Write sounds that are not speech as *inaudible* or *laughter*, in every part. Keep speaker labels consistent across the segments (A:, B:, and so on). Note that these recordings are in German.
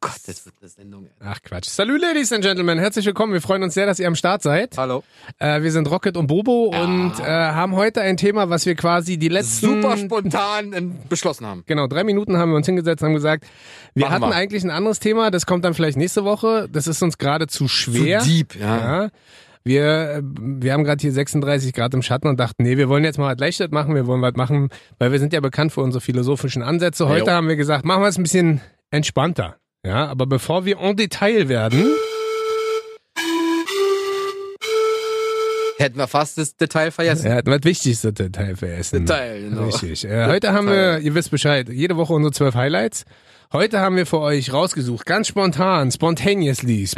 A: Gott, das wird eine Sendung.
B: Ach Quatsch. Salut, Ladies and Gentlemen. Herzlich willkommen. Wir freuen uns sehr, dass ihr am Start seid.
C: Hallo.
B: Äh, wir sind Rocket und Bobo und äh, haben heute ein Thema, was wir quasi die letzten
C: Super spontan ähm, beschlossen haben.
B: Genau, drei Minuten haben wir uns hingesetzt haben gesagt, wir
C: Machen
B: hatten
C: wir.
B: eigentlich ein anderes Thema, das kommt dann vielleicht nächste Woche. Das ist uns gerade zu schwer.
C: Zu deep, ja.
B: Ja. Wir, äh, wir haben gerade hier 36 Grad im Schatten und dachten, nee, wir wollen jetzt mal was Leichtes machen, wir wollen was machen, weil wir sind ja bekannt für unsere philosophischen Ansätze. Heute
C: Jo.
B: haben wir gesagt, machen wir es ein bisschen entspannter. Ja, aber bevor wir en Detail werden,
C: Hätten wir fast das Detail vergessen.
B: ja, das Wichtigste Detail vergessen.
C: Detail, genau.
B: Richtig. Äh, heute haben wir, ihr wisst Bescheid, jede Woche unsere zwölf Highlights. Heute haben wir für euch rausgesucht, ganz spontan, spontaneously,
C: Ist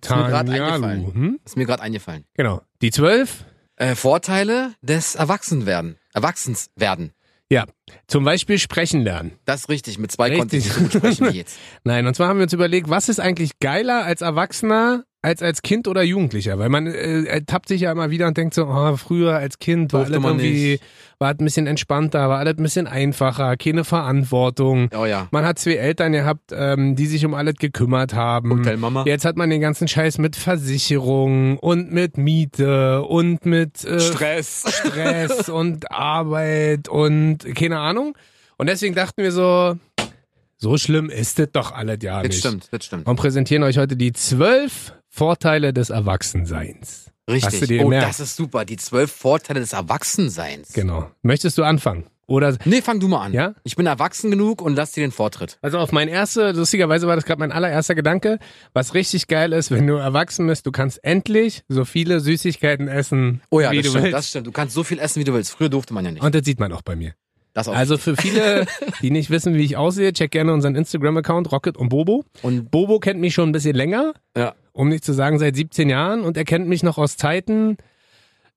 C: mir gerade
B: Ja,
C: eingefallen.
B: hm?
C: Ist mir gerade eingefallen.
B: Genau. Die zwölf?
C: Äh, Vorteile des Erwachsenwerden. Erwachsenswerden.
B: Ja. Zum Beispiel sprechen lernen.
C: Das ist richtig. Mit zwei konnte ich nicht
B: Richtig.
C: so gut sprechen wie
B: *laughs*
C: jetzt.
B: Nein, und zwar haben wir uns überlegt, was ist eigentlich geiler als Erwachsener als als Kind oder Jugendlicher? Weil man äh, tappt sich ja immer wieder und denkt so, oh, früher als Kind war alles
C: Durfte man
B: irgendwie,
C: nicht.
B: war alles ein bisschen entspannter, war alles ein bisschen einfacher, keine Verantwortung.
C: Oh ja.
B: Man hat zwei Eltern gehabt, ähm, die sich um alles gekümmert haben.
C: Hotel Mama.
B: Jetzt hat man den ganzen Scheiß mit Versicherung und mit Miete und mit äh,
C: Stress.
B: Stress und Arbeit und keine Ahnung. Und deswegen dachten wir so, so schlimm ist das doch alles ja
C: Das
B: nicht.
C: stimmt, das stimmt.
B: Und präsentieren euch heute die zwölf Vorteile des Erwachsenseins.
C: Richtig.
B: Hast du dir
C: oh,
B: gemerkt?
C: das ist super. Die zwölf Vorteile des Erwachsenseins.
B: Genau. Möchtest du anfangen? Oder
C: Nee, fang du mal an.
B: Ja?
C: Ich bin erwachsen genug und lass dir den Vortritt.
B: also auf mein erster, lustigerweise war das gerade mein allererster Gedanke, was richtig geil ist, wenn du erwachsen bist, du kannst endlich so viele Süßigkeiten essen,
C: Oh ja,
B: wie
C: das
B: du
C: stimmt,
B: willst.
C: das stimmt. Du kannst so viel essen, wie du willst. Früher durfte man ja nicht.
B: Und das sieht man auch bei mir.
C: Das auch.
B: Also für viele, die nicht wissen, wie ich aussehe, check gerne unseren Instagram-Account Rocket und Bobo.
C: und
B: Bobo kennt mich schon ein bisschen länger,
C: ja.
B: um nicht zu sagen seit 17 Jahren und er kennt mich noch aus Zeiten,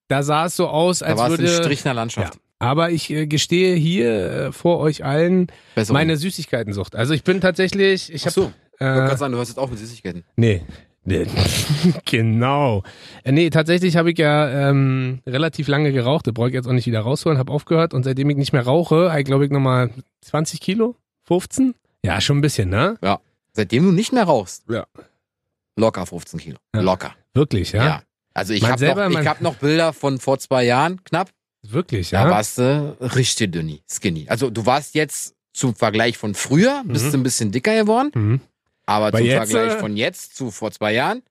B: da sah es so aus,
C: da
B: als
C: war es
B: würde
C: ein Strich in der
B: ja.
C: Landschaft.
B: Aber ich äh, gestehe hier äh, vor euch allen
C: Besser.
B: meine Süßigkeitensucht. Also ich bin tatsächlich, ich
C: Ach
B: habe
C: so. Ich wollte
B: äh,
C: gerade sagen, du hörst jetzt auch mit Süßigkeiten.
B: Nee. Nee. *laughs* genau. Äh, nee, tatsächlich habe ich ja ähm, relativ lange geraucht. Da brauche ich jetzt auch nicht wieder rausholen. Habe aufgehört und seitdem ich nicht mehr rauche, habe ich glaube ich nochmal 20 Kilo? 15? Ja, schon ein bisschen, ne?
C: Seitdem du nicht mehr rauchst.
B: Ja.
C: Locker 15 Kilo.
B: Ja.
C: Locker.
B: Wirklich,
C: Ja.
B: ja?
C: Also ich
B: Man
C: habe
B: selber,
C: noch, ich
B: man-
C: hab noch Bilder von vor zwei Jahren, knapp.
B: Wirklich,
C: Da
B: ja?
C: warst du richtig dünn, skinny. Also du warst jetzt zum Vergleich von früher, bist
B: Mhm.
C: du ein bisschen dicker geworden,
B: mhm.
C: aber
B: Weil
C: zum
B: jetzt,
C: Vergleich
B: äh,
C: von jetzt zu vor zwei Jahren,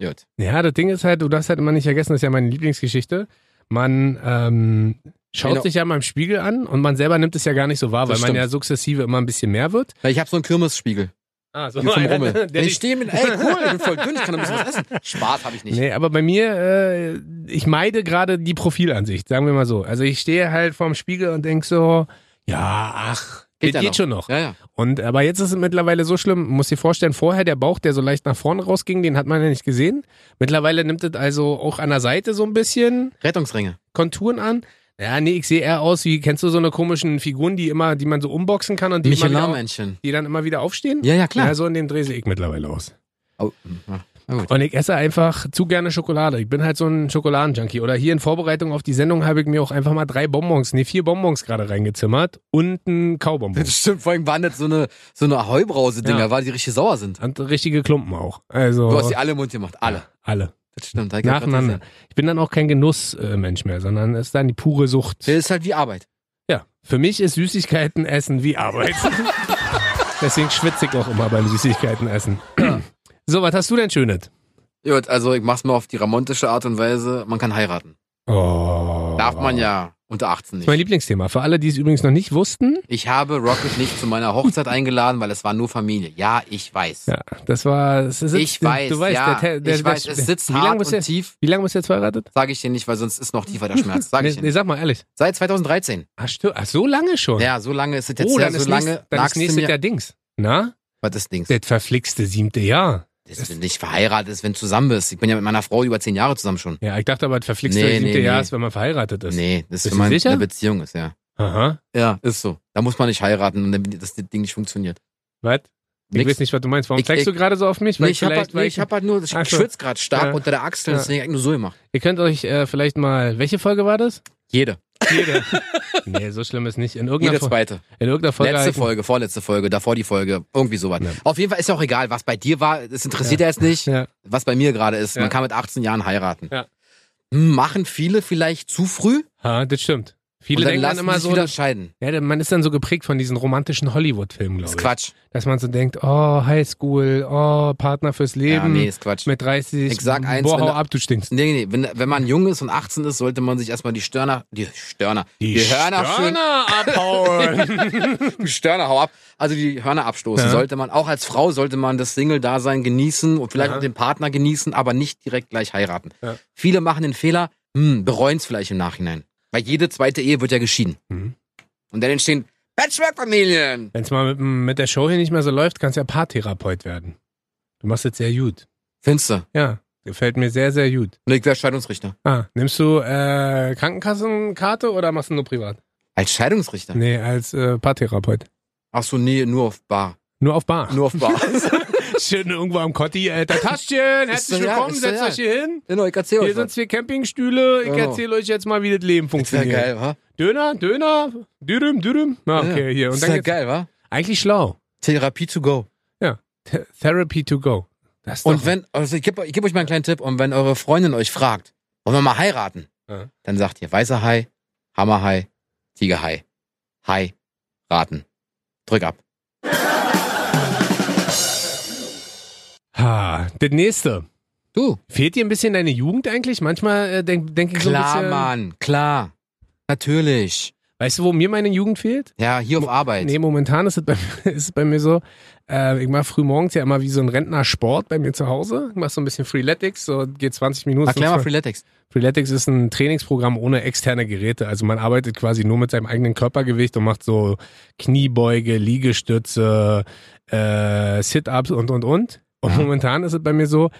C: gut.
B: ja, das Ding ist halt, du darfst halt immer nicht vergessen, das ist ja meine Lieblingsgeschichte. Man ähm, schaut
C: Genau.
B: sich ja mal im Spiegel an und man selber nimmt es ja gar nicht so wahr, weil
C: Das
B: man
C: stimmt.
B: ja sukzessive immer ein bisschen mehr wird.
C: Ich habe so einen Kirmesspiegel.
B: Ah, so
C: Hier vom
B: einer,
C: Rummel.
B: *laughs* der
C: Wenn ich
B: dich
C: stehe mit, ey cool, ich bin
B: *laughs*
C: voll dünn, ich kann ein bisschen was essen. Spaß habe ich nicht.
B: Nee, aber bei mir, äh, ich meide gerade die Profilansicht, sagen wir mal so. Also ich stehe halt vorm Spiegel und denk so, ja, ach,
C: Geht
B: geht,
C: ja
B: geht
C: noch.
B: schon noch.
C: Ja, ja.
B: Und aber jetzt ist es mittlerweile so schlimm, muss dir vorstellen, vorher der Bauch, der so leicht nach vorne rausging, den hat man ja nicht gesehen. Mittlerweile nimmt es also auch an der Seite so ein bisschen
C: Rettungsringe.
B: Konturen an. Ja, nee, ich sehe eher aus wie, kennst du so eine komischen Figuren, die immer, die man so umboxen kann und die, immer wieder, auf-
C: Michelin-Männchen.
B: die dann immer wieder aufstehen?
C: Ja, ja, klar.
B: Ja, hm, so in dem Dreh sehe ich mittlerweile aus.
C: Oh, ja. Na gut.
B: Und ich esse einfach zu gerne Schokolade. Ich bin halt so ein Schokoladenjunkie. Oder hier in Vorbereitung auf die Sendung habe ich mir auch einfach mal drei Bonbons, nee, vier Bonbons gerade reingezimmert und
C: *laughs*
B: ein Kaubonbon.
C: Das stimmt, vor allem waren das so eine, so eine Heubrause-Dinger,
B: Ja.
C: weil die richtig sauer sind.
B: Und richtige Klumpen auch. Also
C: Du hast die alle im Mund gemacht, alle.
B: alle.
C: Das stimmt. da hab ich grad
B: Nacheinander.
C: gesehen.
B: Ich bin dann auch kein Genussmensch mehr, sondern es ist dann die pure Sucht.
C: Das ist halt wie Arbeit.
B: Ja. Für mich ist Süßigkeiten essen
C: *laughs*
B: wie Arbeit. Deswegen schwitze ich auch immer beim Süßigkeiten essen. *clears throat* So, was hast du denn Schönes?
C: Gut, also ich mach's mal auf die ramontische Art und Weise. Man kann heiraten.
B: Oh.
C: Darf man ja unter 18
B: Das ist mein
C: nicht.
B: Lieblingsthema. Für alle, die es übrigens noch nicht wussten,
C: Ich habe Rocket nicht zu meiner Hochzeit eingeladen, weil es war nur Familie. Ja, ich weiß.
B: Ja, das war. Es ist,
C: Ich weiß,
B: du weißt,
C: ja,
B: der, der,
C: ich weiß,
B: der,
C: es sitzt
B: wie
C: hart
B: lange bist
C: und
B: du,
C: tief.
B: Wie lange bist du jetzt verheiratet?
C: Sage ich dir nicht, weil sonst ist noch tiefer der Schmerz. Sag ich
B: Nee,
C: dir.
B: nee,
C: nicht.
B: sag mal ehrlich.
C: Seit 2013.
B: Ach, stö- ach so lange schon.
C: Ja, so lange ist es jetzt
B: oh,
C: her,
B: dann
C: so
B: ist
C: lange
B: nächst, dann ist
C: nagst du
B: nächstes
C: mir.
B: Jahr Dings. Na?
C: Was ist Dings?
B: Das verflixte siebte Jahr.
C: Das ist nicht verheiratet, ist, wenn du zusammen bist. Ich bin ja mit meiner Frau über zehn Jahre zusammen schon.
B: Ja, ich dachte aber, das verflixte
C: Nee,
B: siebte
C: nee,
B: Jahr
C: nee.
B: ist, wenn man verheiratet ist.
C: Nee, das ist,
B: Bist
C: wenn
B: du
C: man in
B: sicher?
C: einer Beziehung ist, ja.
B: Aha.
C: Ja, ist so. Da muss man nicht heiraten, und damit das Ding nicht funktioniert.
B: Was? Ich
C: Nix.
B: weiß nicht, was du meinst. Warum
C: Ich-
B: zeigst
C: ich-
B: du gerade so auf mich?
C: Nee,
B: Weil
C: ich habe
B: vielleicht,
C: halt, nee,
B: weil
C: ich hab halt nur, ich
B: Ach so.
C: schwitz gerade stark
B: Ja.
C: unter der Achsel,
B: Ja.
C: deswegen hab ich nur so gemacht. *laughs*
B: ihr könnt euch äh, vielleicht mal, welche Folge war das?
C: Jede.
B: Jede. nee, so schlimm ist nicht. In irgendeiner,
C: Jede
B: Fol-
C: zweite.
B: in irgendeiner Folge.
C: Letzte
B: halt-
C: Folge, vorletzte Folge, davor die Folge, irgendwie sowas.
B: Ja.
C: Auf jeden Fall ist ja auch egal, was bei dir war, es interessiert ja. jetzt nicht,
B: Ja.
C: was bei mir gerade ist.
B: Ja.
C: Man kann mit 18 Jahren heiraten.
B: Ja.
C: Hm, Machen viele vielleicht zu früh
B: Ha, das stimmt.
C: und
B: Viele
C: dann
B: denken dann
C: lassen
B: immer
C: sich
B: so,
C: wieder
B: dass,
C: scheiden.
B: ja, man ist dann so geprägt von diesen romantischen Hollywood-Filmen,
C: Ist
B: glaube ich.
C: Quatsch.
B: Dass man so denkt, oh, Highschool, oh, Partner fürs Leben.
C: Ja, nee, ist Quatsch.
B: mit 30,
C: Ich sag eins,
B: boah,
C: wenn
B: hau
C: du-
B: ab, du stinkst.
C: Nee, nee, wenn, wenn man jung ist und 18 ist, sollte man sich erstmal die Störner, die Störner, die, Hörner schön,
B: abhauen.
C: *laughs* die Störner, hau ab, also die Hörner abstoßen.
B: Ja.
C: Sollte man, auch als Frau sollte man das Single-Dasein genießen und vielleicht
B: Ja.
C: auch den Partner genießen, aber nicht direkt gleich heiraten.
B: Ja.
C: Viele machen den Fehler, hm, bereuen es vielleicht im Nachhinein. Weil jede zweite Ehe wird ja geschieden.
B: Mhm.
C: Und dann entstehen Patchwork-Familien.
B: Wenn es mal mit, dem- mit der Show hier nicht mehr so läuft, kannst du ja Paartherapeut werden. Du machst jetzt sehr gut.
C: Findest du?
B: Ja, gefällt mir sehr, sehr gut.
C: Und ich wäre Scheidungsrichter.
B: Ah, nimmst du äh, Krankenkassenkarte oder machst du nur privat?
C: Als Scheidungsrichter?
B: Nee, als äh, Paartherapeut.
C: Ach so, nee, nur auf Bar.
B: Nur auf Bar.
C: Nur auf Bar.
B: *laughs* Schön irgendwo am Kotti, Alter. Taschchen,
C: Ist so
B: herzlich
C: ja,
B: willkommen,
C: ist so
B: setzt
C: ja.
B: euch hier hin.
C: genau, ich erzähl
B: Hier
C: euch
B: sind
C: was.
B: zwei Campingstühle. Ich
C: Genau.
B: erzähle euch jetzt mal, wie das Leben
C: Ist ja
B: funktioniert.
C: geil, wa?
B: Döner, Döner, Dürüm, Dürüm. Ah, okay, hier. Und
C: ist
B: dann
C: ja
B: geht's
C: geil, wa?
B: eigentlich schlau.
C: Therapie to go.
B: Th Therapy to go. Das ist
C: Und
B: doch-
C: wenn, also ich gebe geb euch mal einen kleinen Tipp, und wenn eure Freundin euch fragt, wollen wir mal heiraten,
B: Ja.
C: dann sagt ihr weißer Hai, Hammerhai, Tigerhai, Hai, raten. Drück ab.
B: Ha, das nächste.
C: Du,
B: Fehlt dir ein bisschen deine Jugend eigentlich? Manchmal äh, denke denk ich so ein
C: klar,
B: bisschen.
C: Mann, klar. Natürlich.
B: Weißt du, wo mir meine Jugend fehlt?
C: Ja, hier auf Arbeit.
B: Nee, momentan ist es bei, *laughs* mir- ist es bei mir so, äh, ich mache früh morgens ja immer wie so ein Rentner Sport bei mir zu Hause. Ich mache so ein bisschen Freeletics, so geht 20 Minuten.
C: Erklär mal
B: Fre-
C: Freeletics.
B: Freeletics ist ein Trainingsprogramm ohne externe Geräte. Also man arbeitet quasi nur mit seinem eigenen Körpergewicht und macht so Kniebeuge, Liegestütze, äh, Sit-Ups und, und, und. Und
C: Ja.
B: momentan ist es bei mir so,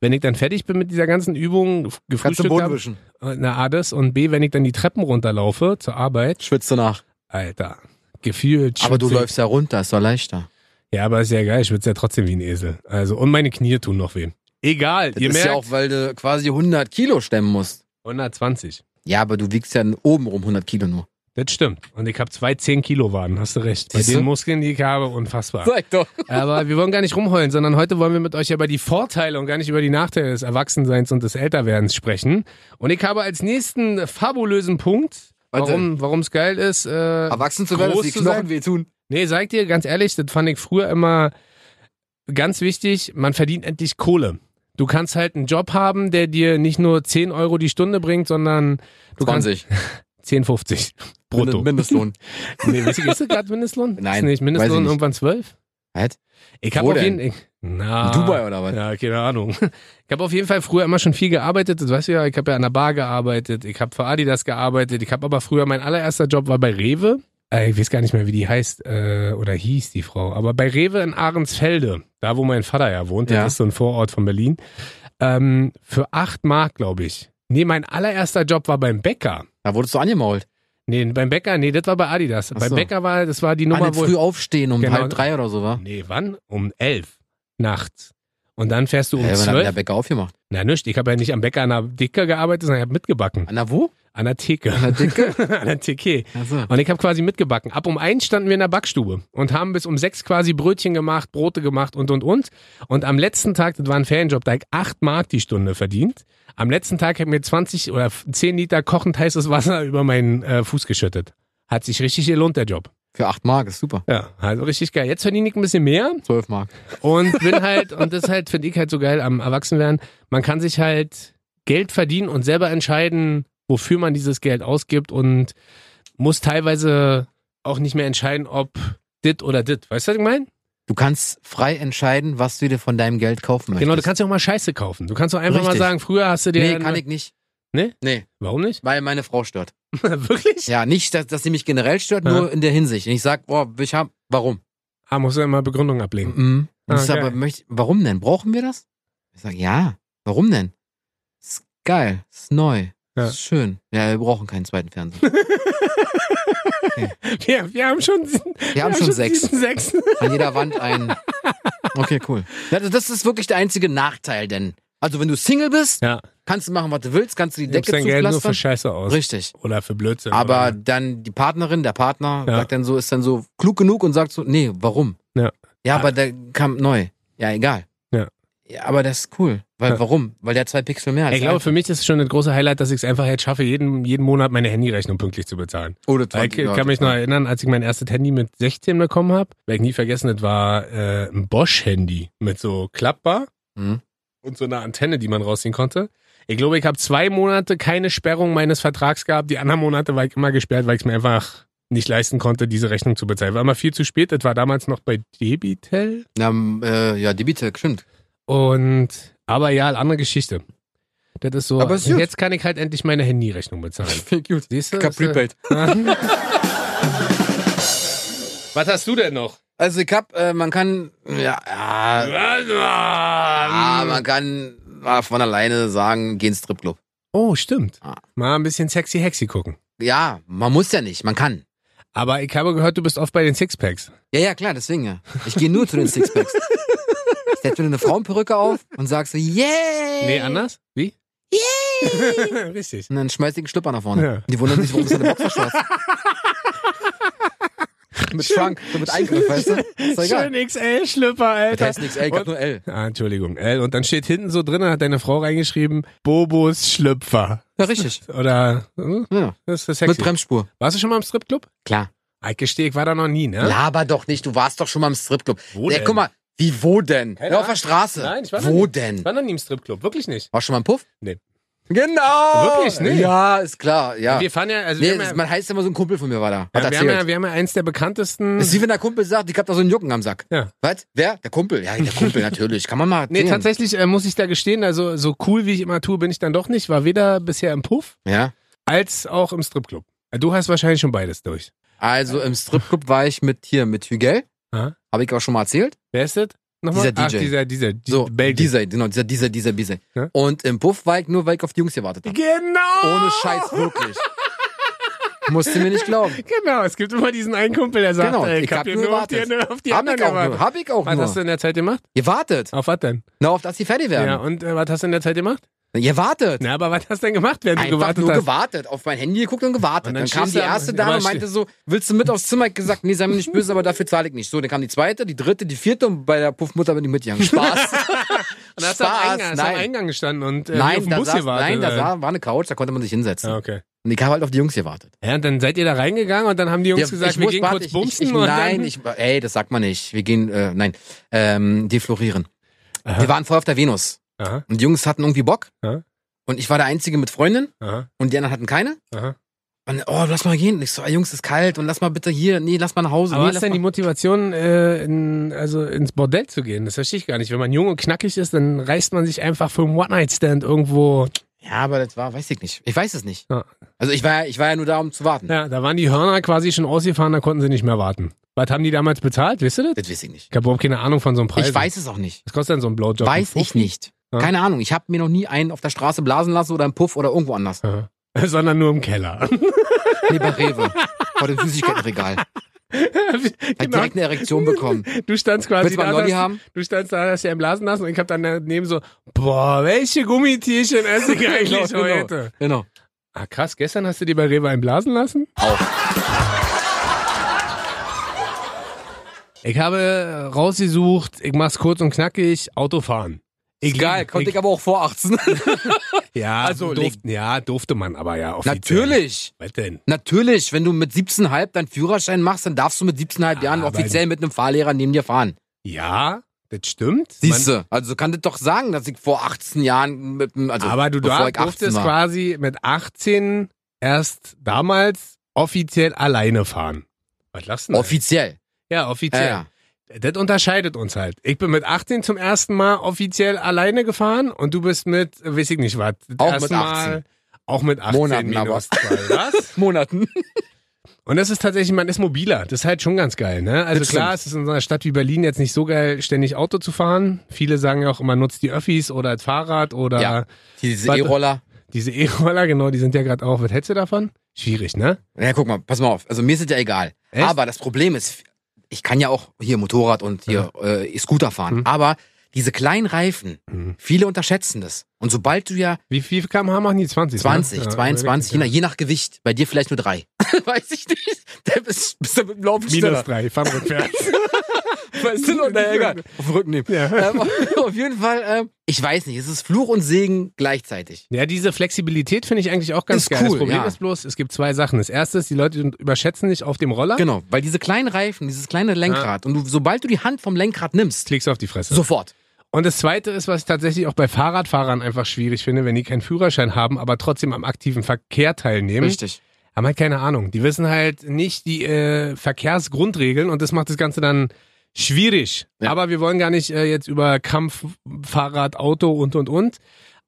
B: wenn ich dann fertig bin mit dieser ganzen Übung, gef-
C: Kannst du den
B: gefrühstückt
C: Boden
B: habe,
C: wischen.
B: äh, na A, das und B, wenn ich dann die Treppen runterlaufe zur Arbeit,
C: Schwitzt du nach.
B: Alter, gefühlt.
C: Aber du
B: schwitze ich-
C: läufst ja runter, ist doch leichter.
B: Ja, aber ist ja geil, ich schwitze ja trotzdem wie ein Esel. Also, und meine Knie tun noch weh. Egal,
C: Das
B: ihr
C: ist
B: merkt,
C: ja auch, weil du quasi 100 Kilo stemmen musst.
B: 120.
C: Ja, aber du wiegst ja oben rum 100 Kilo nur.
B: Das stimmt. Und ich habe zwei 10 Kilo Waden, hast du recht. Bei
C: Siehst du?
B: den Muskeln, die ich habe, unfassbar.
C: Sag doch.
B: *laughs* Aber wir wollen gar nicht rumheulen, sondern heute wollen wir mit euch ja über die Vorteile und gar nicht über die Nachteile des Erwachsenseins und des Älterwerdens sprechen. Und ich habe als nächsten fabulösen Punkt,
C: Was
B: warum warum's geil ist. Äh,
C: Erwachsen zu werden, dass
B: groß
C: die
B: zu
C: Knochen
B: sein?
C: wehtun.
B: nee, sag dir ganz ehrlich, das fand ich früher immer ganz wichtig, man verdient endlich Kohle. Du kannst halt einen Job haben, der dir nicht nur 10 Euro die Stunde bringt, sondern du kannst 10,50 brutto.
C: Mind- Mindestlohn.
B: Nee, weiß ich, ist das gerade Mindestlohn?
C: Nein,
B: Ist nicht
C: weiß ich
B: Mindestlohn
C: nicht.
B: irgendwann zwölf?
C: Was?
B: Ich habe
C: Wo
B: auf
C: denn?
B: jeden ich, na,
C: Dubai oder was?
B: Ah. Ja, keine Ahnung. Ich habe auf jeden Fall früher immer schon viel gearbeitet. Das weißt du ja, ich habe ja an der Bar gearbeitet, ich habe für Adidas gearbeitet, ich habe aber früher, mein allererster Job war bei Rewe. Äh, Ich weiß gar nicht mehr, wie die heißt äh, oder hieß die Frau. Aber bei Rewe in Ahrensfelde, da wo mein Vater ja wohnt,
C: Ja.
B: das ist so ein Vorort von Berlin, ähm, für acht Mark, glaube ich. Nee, mein allererster Job war beim Bäcker.
C: Da wurdest du angemault.
B: Nee, beim Bäcker, nee, das war bei Adidas.
C: Ach
B: beim
C: so.
B: Bäcker war, das war die
C: Nummer
B: Nummer,
C: ah,
B: wo
C: früh aufstehen um
B: Genau.
C: halb drei oder so, wa?
B: Nee, wann? Um elf nachts. Und dann fährst du um
C: Hä, wann hat denn der
B: zwölf.
C: Bäcker aufgemacht?
B: Na nicht, ich habe ja nicht am Bäcker an der Dicke gearbeitet, sondern ich habe mitgebacken.
C: An der wo?
B: An der Theke.
C: An der Dicke?
B: *laughs* an der Theke.
C: Achso.
B: Und ich habe quasi mitgebacken. Ab um eins standen wir in der Backstube und haben bis um sechs quasi Brötchen gemacht, Brote gemacht und und und. Und am letzten Tag, das war ein Ferienjob, da hab ich acht Mark die Stunde verdient. Am letzten Tag hab ich mir 20 oder 10 Liter kochend heißes Wasser *laughs* über meinen äh, Fuß geschüttet. Hat sich richtig gelohnt, der Job.
C: Für acht Mark, ist super.
B: Ja, also richtig geil. Jetzt verdiene ich ein bisschen mehr,
C: Zwölf Mark.
B: und bin halt, und das halt finde ich halt so geil am Erwachsenwerden, man kann sich halt Geld verdienen und selber entscheiden, wofür man dieses Geld ausgibt und muss teilweise auch nicht mehr entscheiden, ob dit oder dit. Weißt du, was ich meine?
C: Du kannst frei entscheiden, was du dir von deinem Geld kaufen möchtest.
B: Genau, du kannst ja auch mal Scheiße kaufen. Du kannst auch einfach mal
C: Richtig.
B: sagen, früher hast du dir.
C: Nee, kann ich nicht.
B: Nee?
C: Nee,
B: Warum
C: *laughs*
B: nicht? *laughs*
C: weil meine Frau stört.
B: Wirklich?
C: Ja, nicht, dass, dass sie mich generell stört,
B: Ja.
C: nur in der Hinsicht. Und ich sag, boah, ich hab, warum?
B: Ah, muss ja immer Begründung ablegen.
C: Mhm. Und
B: Ah,
C: ich sag,
B: geil.
C: aber möcht, warum denn? Brauchen wir das? Ich sag, ja. Warum denn? Ist geil. Ist neu.
B: Ja.
C: Ist schön. Ja, wir brauchen keinen zweiten Fernseher.
B: *laughs* Wir, wir haben schon,
C: Mhm. Wir haben schon sechs.
B: sieben, sechs. *laughs*
C: An jeder Wand ein. Okay, cool. Ja, Also das ist wirklich der einzige Nachteil, denn Also wenn du Single bist,
B: Ja.
C: kannst du machen, was du willst, kannst du die
B: Gibst
C: Decke
B: dein Geld nur für
C: zupflastern.
B: Scheiße aus.
C: Richtig.
B: Oder für Blödsinn.
C: Aber
B: oder,
C: dann die Partnerin, der Partner
B: Ja.
C: sagt dann so, ist dann so klug genug und sagt so, nee, warum?
B: Ja.
C: Ja, aber der kam neu. Ja, egal.
B: Ja.
C: ja aber das ist cool. Weil
B: Ja.
C: warum? Weil der hat zwei Pixel mehr als
B: ich glaube,
C: der.
B: für mich ist schon das große Highlight, dass ich es einfach jetzt schaffe, jeden, jeden Monat meine Handyrechnung pünktlich zu bezahlen.
C: Oder
B: Weil
C: 20
B: Ich kann mich noch
C: Leute.
B: erinnern, als ich mein erstes Handy mit 16 bekommen habe, werde ich nie vergessen, das war äh, ein Bosch-Handy mit so klappbar
C: Mhm.
B: und so einer Antenne, die man rausziehen konnte. Ich glaube, ich habe zwei Monate keine Sperrung meines Vertrags gehabt. Die anderen Monate war ich immer gesperrt, weil ich es mir einfach nicht leisten konnte, diese Rechnung zu bezahlen. War immer viel zu spät. Das war damals noch bei Debitel.
C: Na, m, äh, ja, die Bitte, stimmt.
B: Und aber ja, andere Geschichte. Das ist so.
C: Aber ist gut.
B: jetzt kann ich halt endlich meine Handyrechnung
C: *laughs*
B: bezahlen.
C: Gut.
B: Siehst du? äh,
C: Ich hab
B: *laughs*
C: prepaid.
B: Was hast du denn noch?
C: Also ich hab, äh, man kann, ja, ja,
B: Ähm.
C: Ah, man kann ah, von alleine sagen, geh ins Stripclub.
B: Oh, stimmt.
C: Ah.
B: Mal ein bisschen sexy hexy gucken.
C: Ja, man muss ja nicht, man kann.
B: Aber ich habe gehört, du bist oft bei den Sixpacks.
C: Ja, ja, klar, deswegen ja. Ich gehe nur zu den Sixpacks. Ich setze mir eine Frauenperücke auf und sag so, yay!
B: Nee, anders? Wie? Yay! *laughs* Richtig.
C: Und dann schmeiß ich einen Schlüpper nach vorne.
B: Ja.
C: Die wundern sich, warum ist eine
B: *laughs*
C: Boxershorts? mit Schrank, so mit Eingriff, weißt du? Ist doch egal.
B: Schön XL-Schlüpper,
C: Das
B: Alter.
C: heißt nichts, ey, ich hab nur L.
B: Ah, Entschuldigung, L. Und dann steht hinten so drin, hat deine Frau reingeschrieben, Bobos Schlüpfer.
C: Ja, richtig.
B: Oder, hm,
C: Ja.
B: das ist
C: Mit
B: sexy.
C: Bremsspur.
B: Warst du schon mal im Stripclub? Ah,
C: Klar.
B: Ich gestehe, ich war da noch nie, ne?
C: Laber doch nicht, du warst doch schon mal im Stripclub.
B: Wo
C: ja,
B: denn?
C: guck mal, wie wo denn?
B: Keine
C: Ja, auf der
B: Ahnung.
C: Straße.
B: Nein, ich war noch
C: Wo
B: nie.
C: denn?
B: Ich war noch nie im Stripclub, wirklich nicht.
C: Warst du schon mal im Puff?
B: Nee.
C: Genau!
B: Wirklich nicht?
C: Ja, ist klar, ja.
B: Wir fahren ja, also
C: nee,
B: wir, haben ja,
C: man heißt immer so ein Kumpel von mir war da. Hat
B: ja, wir, haben
C: erzählt. Äh,
B: ja, wir haben ja eins der bekanntesten.
C: ist wie wenn der Kumpel sagt, ich hab da so einen Jucken am Sack.
B: Ja.
C: Was? Wer? Der Kumpel? Ja, der Kumpel,
B: *laughs*
C: natürlich. Kann man mal
B: Nee,
C: erzählen.
B: tatsächlich äh, muss ich da gestehen, also so cool wie ich immer tue, bin ich dann doch nicht. War weder bisher im Puff
C: Ja.
B: als auch im Stripclub. Äh, Du hast wahrscheinlich schon beides durch.
C: Also im Stripclub war ich mit hier, mit Hügel.
B: Aha.
C: Habe ich auch schon mal erzählt.
B: Wer ist das? Nochmal?
C: Dieser
B: Ach,
C: DJ.
B: dieser, dieser, die,
C: So,
B: Belgier.
C: dieser, genau, dieser, dieser, dieser, dieser.
B: Ja.
C: Und im Puff war ich nur, weil ich auf die Jungs gewartet habe.
B: Genau!
C: Ohne Scheiß,
B: *laughs*
C: wirklich. Musste mir nicht glauben.
B: Genau, es gibt immer diesen einen Kumpel, der sagt,
C: Genau,
B: ey,
C: ich
B: ich hab
C: hab
B: hier
C: nur
B: nur auf die,
C: gewartet.
B: auf die
C: Hab
B: anderen
C: ich auch nur.
B: gewartet.
C: Hab ich auch
B: Was hast du
C: nur.
B: in der Zeit gemacht?
C: Gewartet.
B: Auf was denn?
C: Na, auf dass die fertig
B: Ja,
C: werden.
B: und äh, was hast du in der Zeit gemacht?
C: Gewartet.
B: Na, aber was hast du denn gemacht, während
C: Einfach
B: du gewartet
C: nur
B: hast?
C: gewartet, auf mein Handy geguckt und gewartet.
B: Und
C: dann
B: dann
C: kam
B: stehst
C: die
B: du am-
C: erste Dame
B: aber
C: und
B: ste-
C: meinte so, willst du mit aufs Zimmer? Ich gesagt, nee, sei mir nicht böse, aber dafür zahle ich nicht. So, dann kam die zweite, die dritte, die vierte und bei der Puffmutter bin ich mitgegangen. Spaß.
B: *laughs* und hast du
C: Spaß,
B: am Eingang, hast du am
C: nein.
B: Eingang gestanden und äh, wie auf
C: Nein,
B: dem
C: da
B: Bus
C: saß,
B: gewartet. äh.
C: nein, da
B: oder?
C: sah, war eine Couch, da konnte man sich hinsetzen.
B: Ah, okay.
C: Und ich habe halt auf die Jungs gewartet.
B: Ja, und dann seid ihr da reingegangen und dann haben die Jungs
C: Ja,
B: gesagt,
C: ich
B: wir
C: muss-
B: gehen
C: warte,
B: kurz
C: ich-
B: bumsen
C: ich, ich,
B: und
C: Nein,
B: dann...
C: ich, ey, das sagt man nicht. Wir gehen, äh, nein, ähm, deflorieren.
B: Aha.
C: Wir waren vorher auf der Venus
B: aha,
C: und die Jungs hatten irgendwie Bock.
B: Ja.
C: Und ich war der Einzige mit Freundin
B: aha,
C: und die anderen hatten keine.
B: aha.
C: Und, oh, lass mal gehen. Ich so, ey, Jungs, ist kalt und lass mal bitte hier. Nee, lass mal nach Hause.
B: Aber
C: nee,
B: was
C: lass
B: ist denn
C: Also mal.
B: die Motivation, äh, in, also ins Bordell zu gehen? Das verstehe ich gar nicht. Wenn man jung und knackig ist, dann reißt man sich einfach für einen One-Night-Stand irgendwo...
C: Ja, aber das war, weiß ich nicht. Ich weiß es nicht.
B: Ja.
C: Also ich war, ja- ich war ja nur da, um zu warten.
B: Ja, da waren die Hörner quasi schon ausgefahren, da konnten sie nicht mehr warten. Was haben die damals bezahlt, wisst ihr das?
C: Das weiß ich nicht.
B: Ich habe überhaupt keine Ahnung von so einem Preis.
C: Ich weiß es auch nicht.
B: Was kostet denn so ein Blowjob?
C: Weiß ich nicht.
B: Ja.
C: Keine Ahnung. Ich habe mir noch nie einen auf der Straße blasen lassen oder im Puff oder irgendwo anders.
B: Aha. Sondern nur
C: *laughs*
B: im Keller.
C: Nee, bei Rewe. Vor dem
B: *laughs*
C: Süßigkeitenregal. Hat
B: genau.
C: direkt eine Erektion bekommen.
B: Du standst
C: ne? Willst du
B: quasi
C: mal
B: da,
C: einen Lolli
B: dass,
C: haben?
B: du standst da, hast dir einen blasen lassen und ich hab dann daneben so, boah, welche Gummitierchen esse
C: *laughs*
B: ich eigentlich
C: genau.
B: heute?
C: genau.
B: Ah krass, gestern hast du dir bei Rewe einen blasen lassen?
C: Auch.
B: Ich habe rausgesucht, ich mach's kurz und knackig, Autofahren.
C: Egal, konnte ich aber auch vor 18.
B: Ja,
C: also
B: also
C: leg-
B: durf, ja, durfte man aber ja offiziell.
C: Natürlich.
B: Was denn?
C: Natürlich, wenn du mit 17,5 deinen Führerschein machst, dann darfst du mit 17,5 Jahren
B: Aber-
C: offiziell mit einem Fahrlehrer neben dir fahren.
B: Ja, das stimmt.
C: Siehst du, also kann das doch sagen, dass ich vor 18 Jahren mit dem, also
B: aber du
C: bevor
B: darf,
C: ich 18
B: durftest
C: war.
B: quasi mit 18 erst damals offiziell alleine fahren. Was lachst du denn?
C: Offiziell.
B: ja,
C: Ja,
B: offiziell.
C: ja.
B: Das unterscheidet uns halt. Ich bin mit 18 zum ersten Mal offiziell alleine gefahren und du bist mit, äh, weiß ich nicht was, das
C: Auch
B: erste
C: mit 18.
B: Mal auch mit 18
C: Monaten
B: minus zwei.
C: *laughs*
B: Was? *laughs*
C: Monaten.
B: Und das ist tatsächlich, man ist mobiler. Das ist halt schon ganz geil, ne? Also
C: Das stimmt.
B: klar, es ist in so einer Stadt wie Berlin jetzt nicht so geil, ständig Auto zu fahren. Viele sagen ja auch immer, nutzt die Öffis oder das Fahrrad oder
C: Ja. Diese
B: Warte.
C: E-Roller.
B: diese E-Roller, genau, die sind ja gerade auch. Was hältst du davon? Schwierig, ne?
C: Ja, guck mal, pass mal auf. Also mir ist es ja egal.
B: Echt?
C: Aber das Problem ist, ich kann ja auch hier Motorrad und hier äh, Scooter fahren.
B: Hm.
C: Aber diese kleinen Reifen,
B: Mhm.
C: viele unterschätzen das. Und sobald du ja
B: Wie viel kmh machen die? 20?
C: 20,
B: ne? Ja,
C: 22, je, nach,
B: ja.
C: je nach Gewicht, bei dir vielleicht nur drei. *laughs* Weiß ich nicht. Da bist, bist du mit dem Laufen
B: Minus
C: schneller.
B: 3, fahren
C: *laughs*
B: rückwärts. *laughs*
C: Weißt du, und naja, egal. Auf den Rücken nehmen. *laughs*
B: ja.
C: ähm, auf jeden Fall, ähm, ich weiß nicht, es ist Fluch und Segen gleichzeitig.
B: ja, diese Flexibilität finde ich eigentlich auch ganz
C: Ist
B: geil. das
C: cool,
B: Problem
C: ja.
B: ist bloß, es gibt zwei Sachen. Das erste ist, die Leute überschätzen dich auf dem Roller,
C: Genau, weil diese kleinen Reifen, dieses kleine Lenkrad und du, sobald du die Hand vom Lenkrad nimmst,
B: klickst du auf die Fresse.
C: sofort.
B: Und das zweite ist, was ich tatsächlich auch bei Fahrradfahrern einfach schwierig finde, wenn die keinen Führerschein haben, aber trotzdem am aktiven Verkehr teilnehmen.
C: Richtig.
B: Haben halt keine Ahnung. Die wissen halt nicht die äh, Verkehrsgrundregeln und das macht das Ganze dann schwierig.
C: Ja.
B: Aber wir wollen gar nicht äh, jetzt über Kampf, Fahrrad, Auto und und und.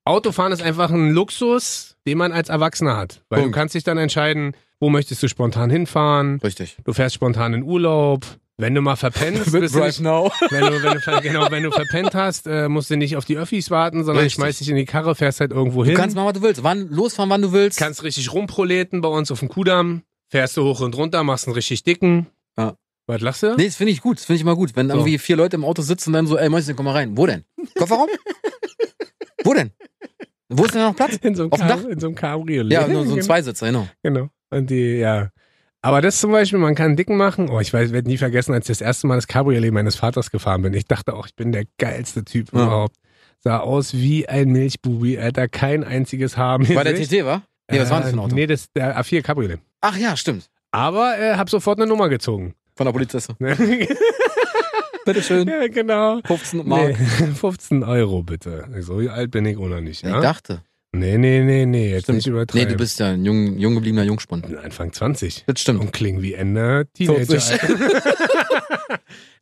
B: Autofahren ist einfach ein Luxus, den man als Erwachsener hat. Weil
C: Punkt.
B: du kannst dich dann entscheiden, wo möchtest du spontan hinfahren,
C: Richtig.
B: du fährst spontan in Urlaub. Wenn du
C: *laughs*
B: mal verpennst, bist du nicht
C: now.
B: wenn du, wenn du, *laughs* ver- genau, wenn du verpennt hast, äh, musst du nicht auf die Öffis warten, sondern
C: Richtig.
B: schmeißt dich in die Karre, fährst halt irgendwo hin.
C: Du kannst machen, was du willst. Wann, losfahren, wann du willst.
B: kannst richtig rumproleten bei uns auf dem Kudamm, fährst du hoch und runter, machst einen richtig dicken.
C: Ja.
B: Was lachst du?
C: Nee, das finde ich gut. Das finde ich immer gut. Wenn
B: So.
C: irgendwie vier Leute im Auto sitzen und dann so, ey, Mäuschen, komm mal rein. Wo denn? Kofferraum? Wo denn? Wo ist denn noch Platz?
B: In so einem
C: Auf dem
B: Kar-
C: Dach?
B: in so einem Cabriolet.
C: Ja, nur so ein Zweisitzer, genau.
B: Genau. Und die, ja. Aber das zum Beispiel, man kann einen dicken machen. Oh, ich weiß, werde nie vergessen, als ich das erste Mal das Cabriolet meines Vaters gefahren bin. Ich dachte auch, ich bin der geilste Typ
C: Ja.
B: überhaupt. Sah aus wie ein Milchbubi, Alter. Kein einziges Haar. im
C: War der
B: Gesicht.
C: TT, war? Nee, was war das für ein
B: Äh,
C: Auto?
B: Nee, das der A4 Cabriolet.
C: Ach ja, stimmt.
B: Aber äh, hab sofort eine Nummer gezogen. *laughs*
C: Von der Polizei.
B: ja,
C: Bitteschön.
B: genau.
C: 15 Mark.
B: Nee, *laughs* 15 Euro bitte. So alt bin ich auch noch nicht.
C: Ich
B: Ja?
C: dachte.
B: Nee, nee, nee, nee. Jetzt
C: Stimmt.
B: nicht übertreiben.
C: Nee, du bist ja ein jung, jung gebliebener Jungspund.
B: bin Anfang 20
C: Das stimmt.
B: und kling wie Ende Teenager.
C: 40.
B: *laughs*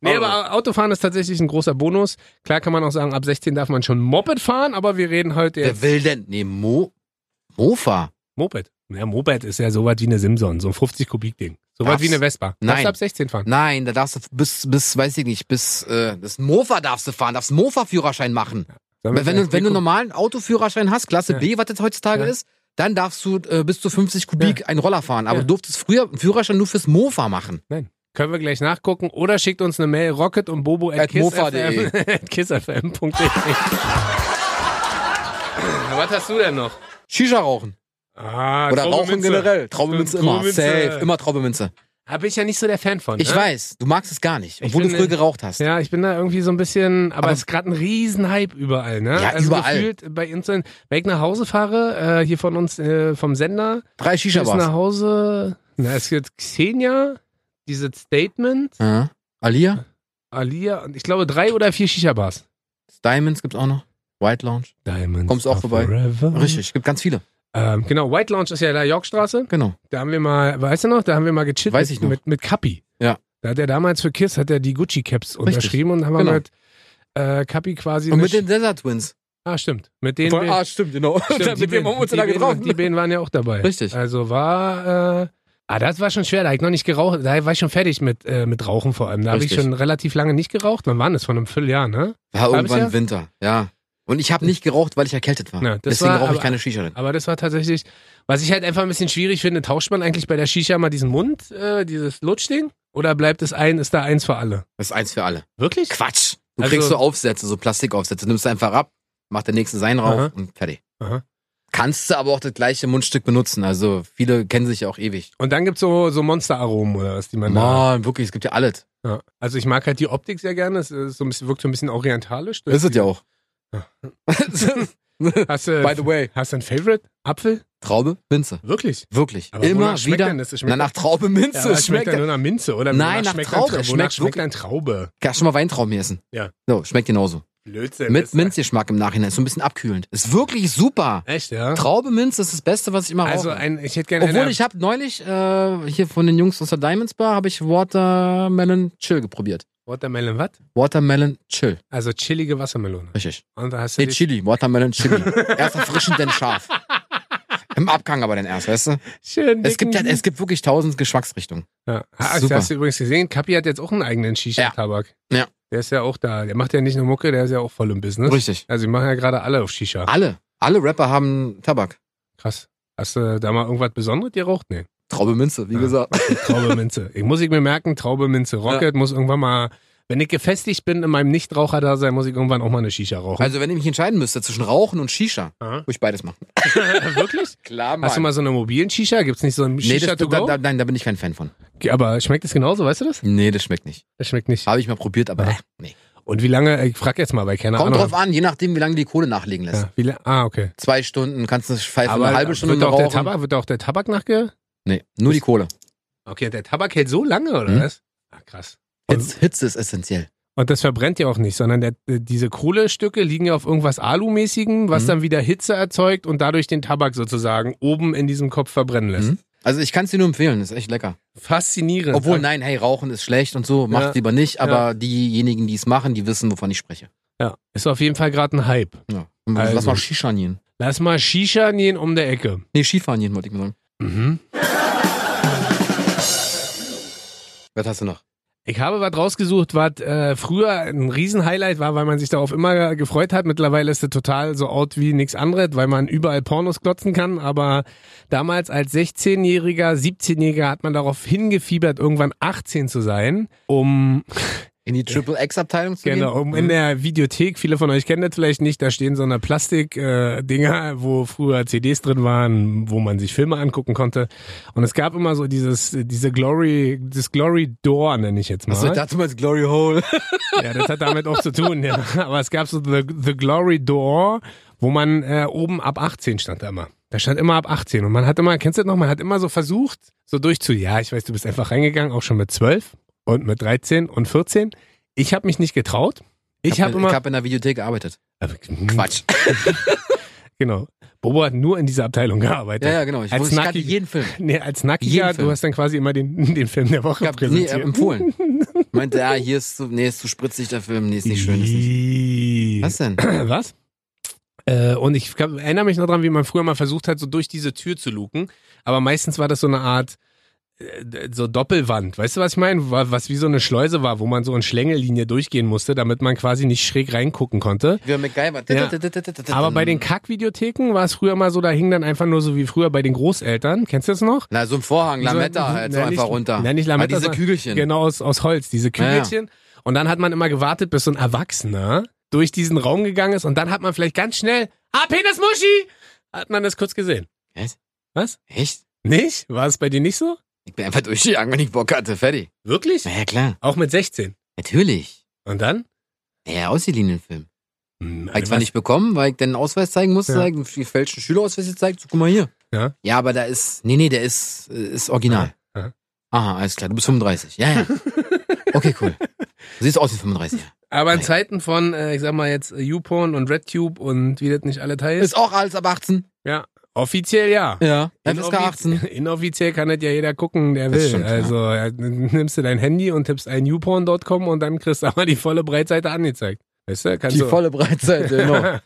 B: nee, aber Autofahren ist tatsächlich ein großer Bonus. Klar kann man auch sagen, ab 16 darf man schon Moped fahren, aber wir reden heute
C: Wer
B: jetzt
C: will denn? Nee, Mo Mofa.
B: Moped. Ja, Moped ist ja so was wie eine Simson, so ein 50 Kubik Ding. So was
C: Darf's?
B: wie eine Vespa. Darfst
C: Nein.
B: du ab 16 fahren?
C: Nein, da darfst du bis, bis weiß ich nicht, bis äh, das Mofa darfst du fahren, darfst Mofa-Führerschein machen.
B: Sollen
C: Wenn,
B: wir
C: wenn du,
B: vielleicht
C: wenn du
B: Mikro-
C: normalen Autoführerschein hast, Klasse
B: Ja.
C: B, was das heutzutage
B: Ja.
C: ist, dann darfst du äh, bis zu 50 Kubik einen Roller fahren. Aber
B: Ja.
C: du durftest früher einen Führerschein nur fürs Mofa machen.
B: Können wir gleich nachgucken oder schickt uns eine Mail rocket und bobo at
C: At mofa.de.
B: *laughs* kissfm.de. Was hast du denn noch?
C: Shisha rauchen.
B: Ah,
C: Oder
B: Traube
C: rauchen
B: Minze.
C: generell. Traubemünze immer.
B: Traube Minze.
C: Safe. Immer Traubemünze.
B: Da bin ich ja nicht so der Fan von.
C: Ich
B: ne?
C: weiß, du magst es gar nicht,
B: Ich
C: obwohl du
B: finde-
C: früher geraucht hast.
B: Ja, ich bin da irgendwie so ein bisschen, aber,
C: Aber-
B: es ist gerade ein Riesenhype überall, ne?
C: Ja,
B: also
C: überall.
B: gefühlt bei Inseln, wenn ich nach Hause fahre, äh, hier von uns äh, vom Sender,
C: Drei
B: bis nach
C: Shisha-Bars.
B: Hause, na, es gibt Xenia, dieses Statement,
C: Ja. Alia,
B: Alia und ich glaube drei oder vier Shisha-Bars.
C: Diamonds gibt's auch noch. White Lounge.
B: Diamonds
C: Kommst auch
B: are
C: vorbei.
B: Forever.
C: Richtig, gibt ganz viele.
B: Ähm, genau, White Lounge ist ja in der Yorkstraße.
C: Genau.
B: Da haben wir mal, weißt du noch, da haben wir mal gechillt
C: Weiß
B: mit,
C: ich noch.
B: mit, mit Kappi.
C: Ja.
B: Da hat er damals für KISS hat er die Gucci Caps unterschrieben und haben
C: Genau.
B: wir mit äh, Kappi quasi.
C: Und
B: eine
C: mit
B: Sch-
C: den Desert Twins.
B: ah, stimmt. Mit denen. wir-
C: ah, stimmt, genau.
B: stimmt, die
C: mit dem
B: beiden-
C: haben wir uns *laughs*
B: die
C: da
B: beiden-
C: getroffen.
B: Die beiden waren ja auch dabei.
C: Richtig.
B: Also war. Äh, Ah, das war schon schwer. Da hab ich noch nicht geraucht. Da war ich schon fertig mit, äh, mit Rauchen vor allem. Da habe ich
C: Richtig.
B: schon relativ lange nicht geraucht. Wann war das? Von einem Vierteljahr, ne?
C: War irgendwann
B: Halbes Jahr?
C: Winter, ja. Und ich habe nicht geraucht, weil ich erkältet war.
B: Ja, das
C: Deswegen
B: war
C: rauche ich
B: aber-
C: keine Shisha. drin.
B: Aber das war tatsächlich, was ich halt einfach ein bisschen schwierig finde, tauscht man eigentlich bei der Shisha mal diesen Mund, äh, dieses Lutschding? Oder bleibt es ein, ist da eins für alle?
C: Das ist eins für alle.
B: Wirklich?
C: Quatsch. Du
B: Also-
C: kriegst so Aufsätze, so Plastikaufsätze. Nimmst du einfach ab, mach den nächsten Sein rauf
B: Aha.
C: und fertig.
B: Aha.
C: Kannst du aber auch das gleiche Mundstück benutzen. Also viele kennen sich ja auch ewig.
B: Und dann gibt's so, so Monsteraromen oder was, die man da.
C: Mann, wirklich, es gibt ja alles.
B: Ja. Also ich mag halt die Optik sehr gerne. Es ist so ein bisschen, wirkt so ein bisschen orientalisch.
C: Ist es ja auch.
B: Ja.
C: By
B: Hast du,
C: the way.
B: hast du ein Favorite? Apfel?
C: *laughs* Traube, Minze.
B: Wirklich?
C: Wirklich.
B: Aber
C: Immer
B: wonach schmeckt
C: wieder.
B: denn das? Es schmeckt-
C: Na, nach Traube, Minze.
B: Ja, aber es
C: es schmeckt
B: schmeckt ja nur nach Minze, oder?
C: Nein,
B: Wonach
C: nach
B: schmeckt
C: Traube.
B: Dann,
C: Es
B: wonach
C: schmeckt
B: schmeckt dann Traube?
C: Kannst schon mal Weintrauben essen.
B: Ja.
C: So, schmeckt genauso.
B: Blödsinn.
C: Mit
B: ist das.
C: Minzgeschmack im Nachhinein. Ist so ein bisschen abkühlend. Ist wirklich super.
B: Echt, ja?
C: Traube Minze ist das Beste, was ich immer
B: Also
C: rauche.
B: ein, ich hätte gerne
C: Obwohl
B: eine-
C: ich habe neulich äh, hier von den Jungs aus der Diamonds Bar habe ich Watermelon Chill geprobiert.
B: Watermelon, was?
C: Watermelon Chill.
B: Also chillige Wassermelone.
C: Richtig.
B: Und da hast du
C: Nee,
B: die
C: Chili. Watermelon
B: *laughs*
C: Chili. erst erfrischend, dann scharf. Im Abgang aber dann erst, weißt du?
B: schön
C: Es gibt, ja,
B: dicken-
C: es gibt wirklich tausend Geschmacksrichtungen.
B: Ja. Ah,
C: Super.
B: Hast du übrigens gesehen, Kapi hat jetzt auch einen eigenen Shisha-Tabak.
C: Ja.
B: Der ist ja auch da. Der macht ja nicht nur Mucke, der ist ja auch voll im Business.
C: Richtig.
B: Also die machen ja gerade alle auf Shisha.
C: Alle. Alle Rapper haben Tabak.
B: Krass. Hast du da mal irgendwas Besonderes geraucht? Nee.
C: Traube Minze, wie
B: Ja.
C: gesagt. *laughs*
B: Traube Minze. Ich muss ich mir merken, Traube Minze. Rocket muss irgendwann mal Wenn ich gefestigt bin in meinem Nichtraucher-Dasein, muss ich irgendwann auch mal eine Shisha rauchen.
C: Also wenn ich mich entscheiden müsste zwischen Rauchen und Shisha,
B: Aha.
C: würde ich beides machen.
B: *laughs*
C: *laughs*
B: Wirklich?
C: Klar, Mann.
B: Hast du mal so eine mobilen Shisha? Gibt's nicht so einen
C: nee,
B: Shisha
C: das,
B: to
C: da,
B: go?
C: da, nein, da bin ich kein Fan von.
B: Aber schmeckt es genauso, weißt du das?
C: Nee, das schmeckt nicht.
B: Das schmeckt nicht.
C: Habe ich mal probiert, aber
B: Ja.
C: nee.
B: Und wie lange, ich frag jetzt mal bei keine
C: Kommt
B: Ahnung.
C: drauf an, je nachdem, wie lange die Kohle nachlegen lässt.
B: ja, wie la- ah, okay.
C: Zwei Stunden, kannst du eine Pfeife
B: Aber
C: eine halbe Stunde
B: wird auch,
C: noch
B: der
C: rauchen.
B: Tabak, wird auch der Tabak nachge...
C: Nee, nur die Kohle.
B: Okay, der Tabak hält so lange, oder
C: Mhm.
B: was? Ah, krass.
C: Hitz, Hitze ist essentiell.
B: Und das verbrennt ja auch nicht, sondern der, äh, diese Kohlestücke liegen ja auf irgendwas Alumäßigem, was
C: Mhm.
B: dann wieder Hitze erzeugt und dadurch den Tabak sozusagen oben in diesem Kopf verbrennen lässt.
C: Mhm. Also ich kann es dir nur empfehlen, ist echt lecker.
B: Faszinierend.
C: Obwohl, nein, hey, Rauchen ist schlecht und so, macht
B: Ja.
C: lieber nicht, aber diejenigen, die es machen, die wissen, wovon ich spreche.
B: Ja, ist auf jeden Fall gerade ein Hype.
C: Ja. Und
B: Also.
C: Lass mal Shisha gehen.
B: Lass mal Shisha nähen um der Ecke.
C: Nee, Skifahren gehen, wollte ich mal sagen.
B: Mhm.
C: Was hast du noch?
B: Ich habe was rausgesucht, was äh, früher ein Riesenhighlight war, weil man sich darauf immer gefreut hat. Mittlerweile ist es total so out wie nichts anderes, weil man überall Pornos klotzen kann. Aber damals als 16-Jähriger, 17-Jähriger hat man darauf hingefiebert, irgendwann 18 zu sein, um
C: In die Triple-X-Abteilung zu
B: Genau,
C: gehen?
B: um in der Videothek, viele von euch kennen das vielleicht nicht, da stehen so eine Plastik-Dinger, äh, Dinger, wo früher CDs drin waren, wo man sich Filme angucken konnte. Und es gab immer so dieses, diese Glory, das Glory Door, nenne ich jetzt mal.
C: Achso, ich dachte mal, das Glory Hole.
B: Ja, das hat damit auch zu tun, ja. Aber es gab so The, the Glory Door, wo man äh, oben ab 18 stand da immer. Da stand immer ab 18 und man hat immer, kennst du das noch, man hat immer so versucht, so durchzu, ja, ich weiß, du bist einfach reingegangen, auch schon mit 12 und mit 13 und 14. Ich habe mich nicht getraut. Ich habe immer...
C: Ich habe in der Videothek gearbeitet.
B: Aber-
C: Quatsch.
B: Genau. Bobo hat nur in dieser Abteilung gearbeitet.
C: Ja, ja, genau. Ich,
B: Als
C: wusste, ich kannte
B: Nackige-
C: jeden Film.
B: Nee, als Nackiger,
C: Jeden Film.
B: du hast dann quasi immer den, den Film der Woche
C: Ich hab, nee, äh,
B: präsentiert.
C: empfohlen. Meinte, ja, hier ist zu, nee, ist zu spritzig der Film, nee, ist nicht schön. Ist nicht.
B: Iiii.
C: Was denn?
B: *clears throat* Was? Äh, und ich kann, erinnere mich noch dran, wie man früher mal versucht hat, so durch diese Tür zu luken. Aber meistens war das so eine Art äh, d- so Doppelwand. Weißt du, was ich meine? War, was wie so eine Schleuse war, wo man so in Schlängellinie durchgehen musste, damit man quasi nicht schräg reingucken konnte.
C: Wir MacGyver.
B: Ja. Aber bei den Kackvideotheken war es früher mal so, da hing dann einfach nur so wie früher bei den Großeltern. Kennst du das noch?
C: Na, so ein Vorhang, Lametta,
B: So-
C: halt, so
B: na,
C: einfach
B: nicht-
C: runter.
B: na, nicht Lametta,
C: Ah, diese
B: sondern-
C: Kügelchen.
B: Genau, aus, aus Holz, diese
C: Ja, ja.
B: Kügelchen. Und dann hat man immer gewartet, bis so ein Erwachsener durch diesen Raum gegangen ist und dann hat man vielleicht ganz schnell, ah, Penismuschi! Hat man das kurz gesehen.
C: Was?
B: Was?
C: Echt?
B: Nicht? War es bei dir nicht so?
C: Ich bin einfach durchgegangen, wenn ich Bock hatte. Fertig.
B: Wirklich?
C: Na ja, klar.
B: Auch mit 16.
C: Natürlich.
B: Und dann?
C: Ja, Auslinienfilm.
B: Hm,
C: Habe ich zwar
B: was-
C: nicht bekommen, weil ich dann einen Ausweis zeigen musste,
B: Ja.
C: ja. einen gefälschten Schülerausweis gezeigt. So, guck mal hier.
B: Ja.
C: Ja, aber da ist, nee, nee, der ist, äh, ist original.
B: Aha.
C: Aha, alles klar, du bist 35. Ja, ja.
B: *laughs*
C: Okay, cool. Du siehst aus wie 35. Ja.
B: Aber in
C: Nein.
B: Zeiten von, äh, ich sag mal jetzt, äh, YouPorn und RedTube und wie das nicht alle heißt.
C: Ist auch alles ab 18.
B: Offiziell ja.
C: Ja. FSK
B: Inoffiz-
C: 18.
B: Inoffiziell kann das ja jeder gucken, der
C: Das
B: will.
C: stimmt, ja.
B: also ja, n- nimmst du dein Handy und tippst ein newporn.com und dann kriegst du *laughs* aber die volle Breitseite angezeigt. Weißt du? Kannst
C: Die
B: du *laughs*
C: volle Breitseite, genau.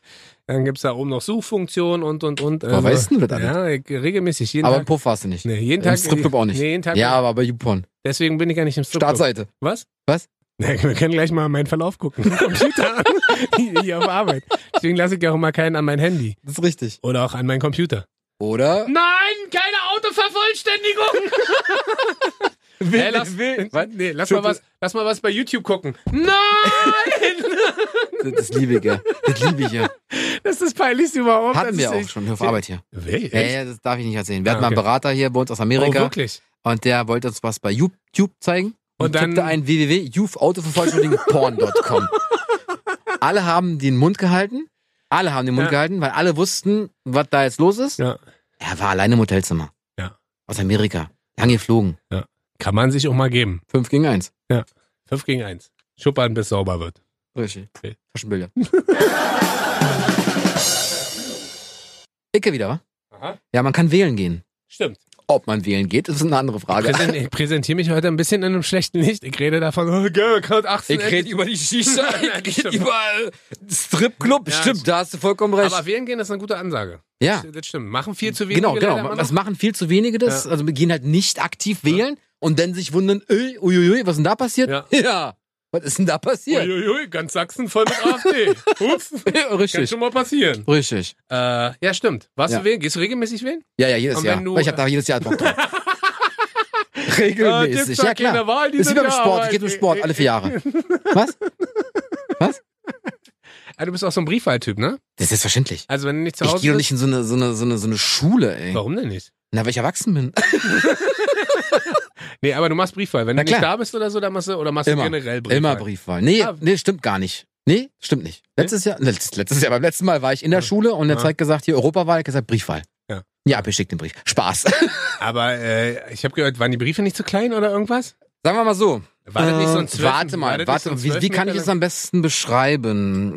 B: dann gibt's da oben noch Suchfunktionen und und und. also,
C: Boah, weißt du das alles?
B: Ja, ich, regelmäßig. Jeden
C: Aber im
B: Tag.
C: Puff warst du nicht.
B: Nee, jeden
C: Im
B: Tag.
C: Stripclub auch nicht.
B: Nee, jeden Tag.
C: Ja, aber bei YouPorn.
B: Deswegen bin ich ja nicht im Stripclub.
C: Startseite.
B: Was?
C: Was?
B: Na, wir können gleich mal meinen Verlauf gucken. Computer an. *laughs* Hier auf Arbeit. Deswegen lasse ich ja auch immer keinen an mein Handy.
C: Das ist richtig.
B: Oder auch an meinen Computer.
C: Oder?
B: Nein, keine *laughs* Autovervollständigung! Ey, lass,
C: Was?
B: nee, lass, mal was, lass mal was bei YouTube gucken. Nein!
C: Das liebe ich ja. Das liebe ich ja.
B: *laughs* das ist das peinlichste überhaupt.
C: Hatten
B: das
C: wir
B: ist
C: auch
B: echt-
C: schon auf Arbeit hier.
B: Wirklich?
C: Ja, ja, das darf ich nicht erzählen. Wir
B: Ah,
C: hatten mal einen
B: okay.
C: Berater hier bei uns aus
B: oh,
C: Amerika
B: wirklich?
C: und der wollte uns was bei YouTube zeigen und,
B: Und dann-
C: tippte ein
B: *laughs*
C: www.youthautovervollständigenporn.com. alle haben den Mund gehalten. Alle haben den Mund
B: Ja.
C: gehalten, weil alle wussten, was da jetzt los ist.
B: Ja.
C: Er war alleine im Hotelzimmer.
B: Ja.
C: Aus Amerika. Lang geflogen.
B: Kann man sich auch mal geben.
C: Fünf gegen eins.
B: 5 gegen 1. Schuppern, bis sauber wird.
C: Richtig.
B: Okay.
C: Taschenbilder. *laughs* Icke wieder, wa?
B: Aha.
C: Ja, man kann wählen gehen.
B: Stimmt.
C: Ob man wählen geht, ist eine andere Frage.
B: Präsen, ich präsentiere mich heute ein bisschen in einem schlechten Licht. Ich rede davon, oh, geil, Count 18.
C: rede über die
B: *laughs*
C: Shisha,
B: ich red
C: über Stripclub.
B: Ja,
C: stimmt, da hast du vollkommen recht.
B: Aber wählen gehen ist eine gute Ansage.
C: ja,
B: Das stimmt. Machen viel zu wenige
C: genau,
B: leider immer
C: genau.
B: noch.
C: Das machen viel zu wenige das. Also wir gehen halt nicht aktiv wählen und dann sich wundern, ey, uiuiui, was ist denn da passiert? *laughs*
B: Ja.
C: Was ist denn da passiert?
B: Uiuiui, ganz Sachsen voll mit AfD.
C: *laughs*
B: Ups, kann
C: Richtig.
B: schon mal passieren.
C: Richtig.
B: Äh, ja, stimmt. Warst
C: Ja.
B: du wählen? Gehst du regelmäßig wählen?
C: Ja, ja, jedes
B: Und wenn
C: Jahr.
B: *laughs* du-
C: Weil ich habe da jedes Jahr Bock drauf. Regelmäßig. Ja, klar.
B: Wahl
C: Ist wie beim Sport. Ich gehe zum Sport alle vier
B: *laughs*
C: Jahre. Was?
B: Ah, du bist auch so ein Briefwahltyp, ne?
C: Das ist selbstverständlich.
B: Also wenn du nicht zu
C: Ich
B: Hause
C: gehe doch nicht
B: bist.
C: in so eine, so eine, so eine, so eine Schule, ey.
B: Warum denn nicht?
C: Na, weil ich erwachsen bin.
B: Nee, aber du machst Briefwahl. Wenn
C: Na
B: du nicht
C: klar.
B: da bist oder so, dann machst du, oder machst
C: Immer.
B: du generell Briefwahl.
C: Immer Briefwahl. Nee,
B: Ah.
C: nee, stimmt gar nicht. Nee, stimmt nicht. Letztes Jahr, letzt- letztes Jahr, beim letzten Mal war ich in der Schule und der
B: Ja.
C: Zeit gesagt, hier Europawahl, ich gesagt Briefwahl.
B: Ja.
C: Ja, beschick den Brief. Spaß. *laughs*
B: Aber äh, ich habe gehört, waren die Briefe nicht zu klein oder irgendwas?
C: Sagen wir mal so.
B: War das nicht so ein
C: Äh,
B: 12,
C: warte
B: war
C: mal,
B: das
C: warte,
B: nicht so ein
C: wie, wie kann ich
B: 12
C: es am besten beschreiben?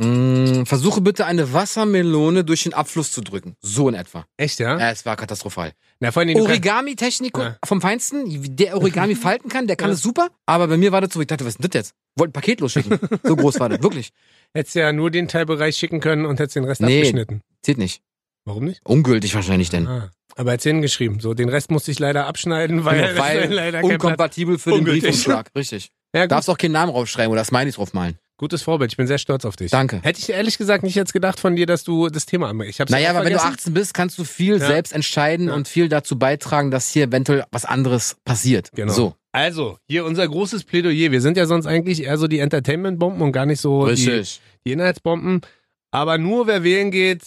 C: Hm, versuche bitte eine Wassermelone durch den Abfluss zu drücken. So in etwa.
B: Echt, ja?
C: Ja, es war katastrophal.
B: Na, vor allen Dingen, du kannst-
C: Origami-Technik
B: Ja.
C: vom Feinsten, der
B: *laughs*
C: Origami falten kann, der kann
B: Ja.
C: es super, aber bei mir war das so, ich dachte, was ist denn das jetzt? Wollte ein Paket
B: *laughs*
C: losschicken. So groß war das, wirklich.
B: hättest ja nur den Teilbereich schicken können und hättest den Rest
C: Nee. Hm.
B: abgeschnitten.
C: Zählt nicht.
B: Warum nicht?
C: Ungültig wahrscheinlich denn.
B: Ah. Aber jetzt hingeschrieben. So, den Rest musste ich leider abschneiden, weil,
C: Weil
B: *laughs* leider kein Platz.
C: unkompatibel für den
B: Ungültig.
C: Briefumschlag. Richtig.
B: Ja, gut,
C: Darfst auch keinen Namen draufschreiben oder Smileys draufmalen.
B: gutes Vorbild. Ich bin sehr stolz auf dich.
C: Danke.
B: Hätte ich ehrlich gesagt nicht jetzt gedacht von dir, dass du das Thema anbringst. Ich hab's
C: Naja,
B: auch
C: aber wenn du
B: vergessen.
C: 18 bist, kannst du viel
B: Ja.
C: selbst entscheiden
B: Ja.
C: und viel dazu beitragen, dass hier eventuell was anderes passiert.
B: Genau.
C: So.
B: Also, hier unser großes Plädoyer. Wir sind ja sonst eigentlich eher so die Entertainment-Bomben und gar nicht so die, die Inhaltsbomben. Aber nur wer wählen geht,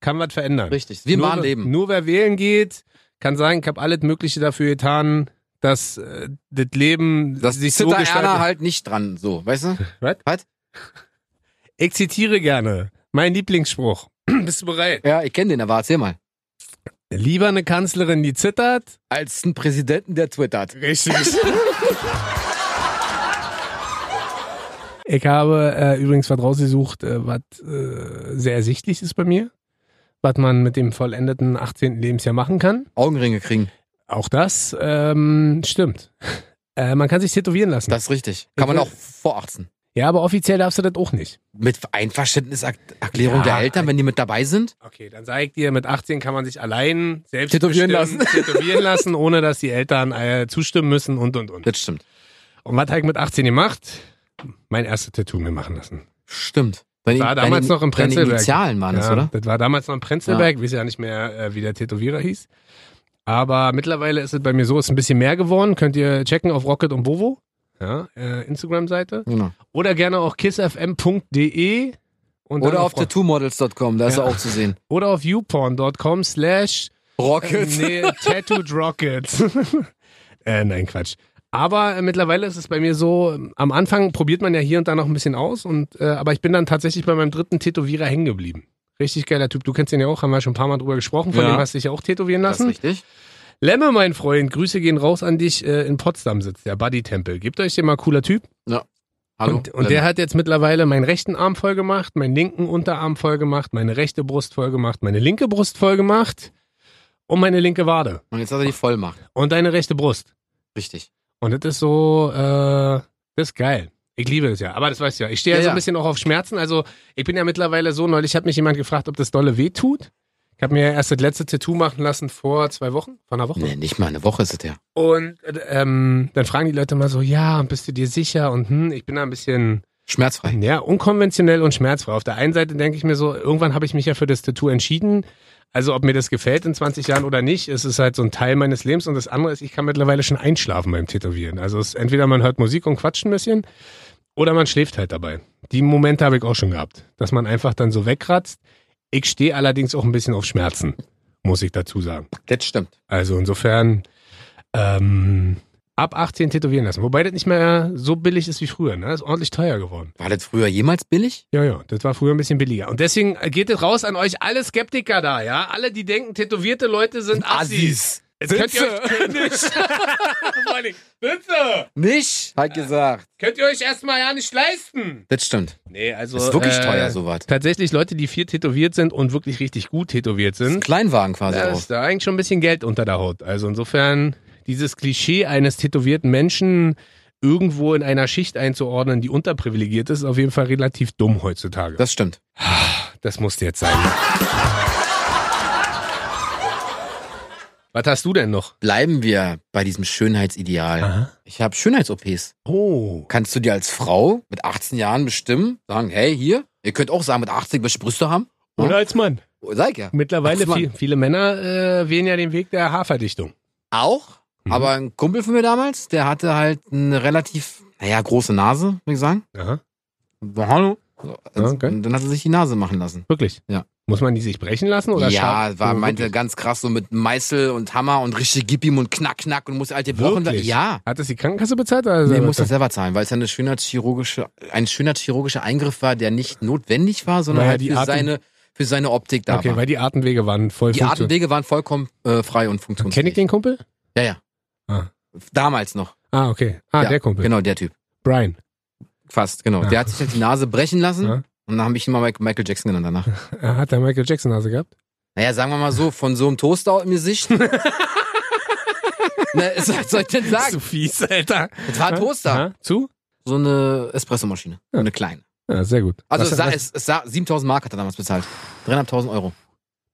B: kann was verändern.
C: Richtig. Wir
B: nur,
C: waren Leben.
B: Nur wer wählen geht, kann sagen, ich habe alles Mögliche dafür getan, dass äh, das Leben
C: Das
B: sich
C: sich
B: so
C: Erna
B: gestaltet.
C: halt nicht dran, so, weißt du?
B: Ich zitiere gerne. Mein Lieblingsspruch. *clears throat* Bist du bereit?
C: Ja, ich kenne den, aber erzähl mal.
B: Lieber eine Kanzlerin, die zittert.
C: Als einen Präsidenten, der twittert.
B: Richtig. *laughs* Ich habe äh, übrigens was rausgesucht, äh, was äh, sehr ersichtlich ist bei mir, was man mit dem vollendeten 18. Lebensjahr machen kann.
C: Augenringe kriegen.
B: Auch das ähm, stimmt. *laughs* Äh, man kann sich tätowieren lassen.
C: Das ist richtig. Kann man
B: will-
C: auch vor 18.
B: Ja, aber offiziell darfst du das auch nicht.
C: Mit Einverständniserklärung
B: Ja.
C: der Eltern, wenn die mit dabei sind?
B: Okay, dann sage ich dir, mit 18 kann man sich allein selbst
C: Tätowieren
B: bestimmen, tätowieren lassen, *laughs* ohne dass die Eltern äh, zustimmen müssen und und und.
C: Das stimmt.
B: Und was habe ich mit 18 gemacht? Mein erstes Tattoo mir machen lassen.
C: Stimmt. Deine,
B: War damals noch im
C: deine
B: Prenzlberg.
C: Initialen waren es,
B: ja,
C: oder?
B: Das war damals noch in Prenzlberg, ich weiß ja nicht mehr, äh, wie der Tätowierer hieß. Aber mittlerweile ist es bei mir so, ist ein bisschen mehr geworden. Könnt ihr checken auf Rocket und Bovo, ja, äh, Instagram-Seite.
C: Genau.
B: Oder gerne auch kissfm.de. und dann
C: Oder auf
B: Rock-
C: tattoomodels.com, da ist
B: Ja.
C: er auch zu
B: *laughs*
C: sehen.
B: oder auf youporn.com slash
C: Rocket.
B: Nee, Tattooed Rockets. *laughs* äh, nein, Quatsch. Aber äh, mittlerweile ist es bei mir so, ähm, am Anfang probiert man ja hier und da noch ein bisschen aus, und, äh, aber ich bin dann tatsächlich bei meinem dritten Tätowierer hängen geblieben. Richtig geiler Typ. Du kennst ihn ja auch, haben wir schon ein paar Mal drüber gesprochen. Von
C: Ja.
B: dem hast du dich ja auch tätowieren
C: Das ist
B: lassen.
C: richtig.
B: Lemme, mein Freund, Grüße gehen raus an dich. Äh, in Potsdam sitzt der Buddy Tempel. Gebt euch den mal cooler Typ.
C: Hallo.
B: und und der hat jetzt mittlerweile meinen rechten Arm voll gemacht, meinen linken Unterarm voll gemacht, meine rechte Brust voll gemacht, meine linke Brust voll gemacht und meine linke Wade.
C: und jetzt hat er die Vollmacht.
B: Und deine rechte Brust.
C: Richtig.
B: Und das ist so, äh, das ist geil. Ich liebe das ja, aber das weißt du ja. Ich stehe ja,
C: Ja,
B: so ein
C: ja.
B: bisschen auch auf Schmerzen. Also ich bin ja mittlerweile so, neulich hat mich jemand gefragt, ob das dolle weh tut. Ich habe mir ja erst das letzte Tattoo machen lassen vor zwei Wochen, vor einer Woche.
C: Nee, nicht mal eine Woche ist es der.
B: Und äh, ähm, dann fragen die Leute mal so, ja, und bist du dir sicher? Und hm, ich bin da ein bisschen,
C: Schmerzfrei.
B: ja, unkonventionell und schmerzfrei. Auf der einen Seite denke ich mir so, irgendwann habe ich mich ja für das Tattoo entschieden. Also ob mir das gefällt in 20 Jahren oder nicht, es ist halt so ein Teil meines Lebens. Und das andere ist, ich kann mittlerweile schon einschlafen beim Tätowieren. Also es ist entweder man hört Musik und quatscht ein bisschen oder man schläft halt dabei. Die Momente habe ich auch schon gehabt, dass man einfach dann so wegratzt. Ich stehe allerdings auch ein bisschen auf Schmerzen, muss ich dazu sagen.
C: *laughs* Das stimmt.
B: Also insofern ähm, ab 18 tätowieren lassen. Wobei das nicht mehr so billig ist wie früher. Ne? Ist ordentlich teuer geworden.
C: War das früher jemals billig?
B: Ja, ja, das war früher ein bisschen billiger. Und deswegen geht es raus an euch alle Skeptiker da, ja? Alle, die denken, tätowierte Leute sind Assis. Jetzt könnt *laughs* ihr euch nicht. Vor allen Dingen, Sitze!
C: Nicht? Hat gesagt.
B: Könnt ihr euch erstmal ja nicht leisten.
C: Das stimmt.
B: Nee, also.
C: Das ist wirklich
B: äh,
C: teuer, sowas.
B: Tatsächlich Leute, die viel tätowiert sind und wirklich richtig gut tätowiert
C: Das ist also. ein
B: sind,
C: Kleinwagen quasi
B: da
C: drauf.
B: ist da eigentlich schon ein bisschen Geld unter der Haut. Also insofern, dieses Klischee eines tätowierten Menschen irgendwo in einer Schicht einzuordnen, die unterprivilegiert ist, ist auf jeden Fall relativ dumm heutzutage.
C: Das stimmt.
B: Das musste jetzt sein. Was hast du denn noch?
C: Bleiben wir bei diesem Schönheitsideal.
B: Aha.
C: Ich habe Schönheits-OPs.
B: Oh.
C: Kannst du dir als Frau mit 18 Jahren bestimmen, sagen, hey, hier, ihr könnt auch sagen, mit 80 welche Brüste haben?
B: Oder als Mann.
C: Oh, Sag ja.
B: Mittlerweile
C: Als Mann.
B: viel, viele Männer äh, wählen ja den Weg der Haarverdichtung.
C: Auch? Mhm. Aber ein Kumpel von mir damals, der hatte halt eine relativ, naja, große Nase, würde ich sagen.
B: Aha.
C: So, hallo. So,
B: Ja, okay.
C: Und dann hat er sich die Nase machen lassen.
B: Wirklich?
C: Ja.
B: Muss man die sich brechen lassen oder
C: ja,
B: scharf?
C: war,
B: Oh,
C: meinte
B: wirklich?
C: ganz krass so mit Meißel und Hammer und richtig gib ihm und knack, knack und muss halt gebrochen werden.
B: Wirklich?
C: Ja.
B: Hat das die Krankenkasse bezahlt? Oder
C: Nee,
B: selber
C: muss das
B: bezahlt?
C: selber zahlen, weil es ja eine schönheitschirurgische, ein schönheitschirurgischer Eingriff war, der nicht notwendig war, sondern
B: Weil
C: halt
B: die
C: für
B: Atem-
C: seine, für seine Optik da
B: Okay,
C: war.
B: weil die Atemwege waren voll
C: Die
B: Äh, funktion-
C: Atemwege waren vollkommen äh, frei und funktionsfähig.
B: Kenn ich den Kumpel?
C: Ja, ja.
B: Ah.
C: Damals noch.
B: Ah, okay. Ah,
C: Ja,
B: der Kumpel.
C: Genau, der Typ.
B: Brian.
C: Fast, genau.
B: Ja.
C: Der hat sich halt die Nase brechen lassen
B: Ja.
C: und dann habe ich ihn mal Mike- Michael Jackson genannt danach.
B: Ah, Hat der Michael Jackson Nase gehabt?
C: Naja, sagen wir mal so, von so einem Toaster im
B: *laughs*
C: Gesicht. Na, was soll ich denn
B: *laughs*
C: sagen?
B: fies, Alter.
C: Es war ein Toaster.
B: Ah, zu?
C: So eine Espressomaschine. So eine kleine.
B: Ja, sehr gut.
C: Also
B: Was-
C: es sah,
B: was-
C: es, es sah 7000 Mark hat er damals bezahlt. 300.000 Euro.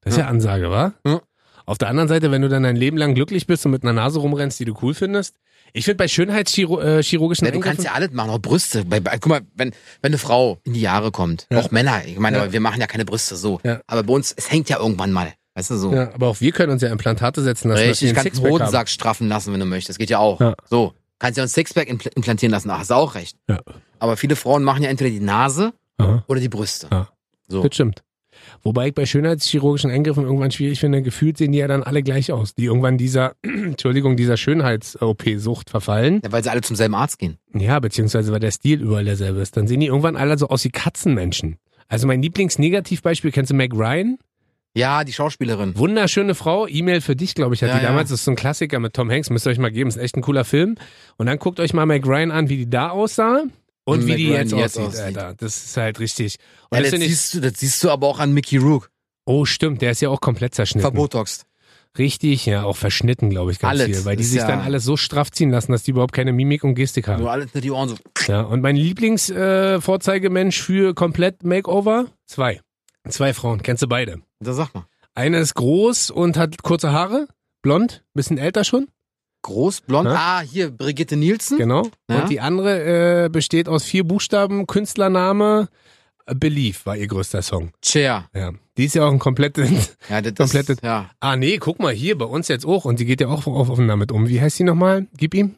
B: Das ist ja Ansage, wa?
C: Ja.
B: Auf der anderen Seite, wenn du dann dein Leben lang glücklich bist und mit einer Nase rumrennst, die du cool findest. Ich finde bei äh, schönheitschirurgischen
C: Ja, du kannst ja alles machen, auch Brüste. Bei, bei, guck mal, wenn, wenn eine Frau in die Jahre kommt,
B: Ja.
C: auch Männer, ich meine,
B: Ja.
C: aber wir machen ja keine Brüste so.
B: Ja.
C: Aber bei uns, es hängt ja irgendwann mal. Weißt du so?
B: ja, aber auch wir können uns ja Implantate setzen lassen. dass wir
C: Richtig,
B: einen
C: kannst den
B: Sixpack haben.
C: Hodensack straffen lassen, wenn du möchtest. Geht ja auch.
B: Ja.
C: So. Kannst ja uns Sixpack impl implantieren lassen. Ach, hast du auch recht.
B: Ja.
C: Aber viele Frauen machen ja entweder die Nase
B: Aha.
C: oder die Brüste.
B: Ja.
C: So.
B: Das stimmt. Wobei ich bei schönheitschirurgischen Eingriffen irgendwann schwierig finde, gefühlt sehen die ja dann alle gleich aus, die irgendwann dieser, *clears throat* Entschuldigung, dieser Schönheits-OP-Sucht verfallen.
C: Ja, weil sie alle zum selben Arzt gehen.
B: Ja, beziehungsweise weil der Stil überall derselbe ist. Dann sehen die irgendwann alle so aus wie Katzenmenschen. Also mein Lieblingsnegativbeispiel, kennst du Meg Ryan?
C: Ja, die Schauspielerin.
B: Wunderschöne Frau, E-Mail für dich, glaube ich, hat
C: Ja,
B: die
C: ja.
B: damals. Das ist so ein Klassiker mit Tom Hanks, müsst ihr euch mal geben, ist echt ein cooler Film. Und dann guckt euch mal Meg Ryan an, wie die da aussah und
C: Und
B: wie
C: Meg
B: die
C: Ryan
B: jetzt,
C: jetzt
B: aussieht,
C: aussieht.
B: Alter. Das ist halt richtig. Und
C: Ja, das,
B: das finde ich,
C: siehst du, das siehst du aber auch an Mickey Rook.
B: oh stimmt, der ist ja auch komplett zerschnitten.
C: Verbotoxt.
B: Richtig, ja, auch verschnitten, glaube ich, ganz
C: Alles.
B: viel. Weil die
C: Ist
B: sich
C: ja-
B: dann alles so straff ziehen lassen, dass die überhaupt keine Mimik und Gestik haben.
C: Nur alles mit die Ohren so.
B: Ja, und mein Lieblingsvorzeigemensch äh, Vorzeigemensch für komplett Makeover? Zwei. Zwei Frauen, kennst du beide.
C: Da sag mal.
B: Eine ist groß und hat kurze Haare, blond, bisschen älter schon,
C: Groß, blond.
B: Ja.
C: Ah, hier, Brigitte Nielsen.
B: genau.
C: Mhm. Ja.
B: Und die andere äh, besteht aus vier Buchstaben, Künstlername, äh, Belief war ihr größter Song.
C: Chair.
B: Ja. Die ist ja auch ein komplettes, *laughs*
C: Ja, das
B: Komplette-
C: ist, ja.
B: ah nee, guck mal hier, bei uns jetzt auch. Und die geht ja auch offen damit um. Wie heißt die nochmal? Gib ihm.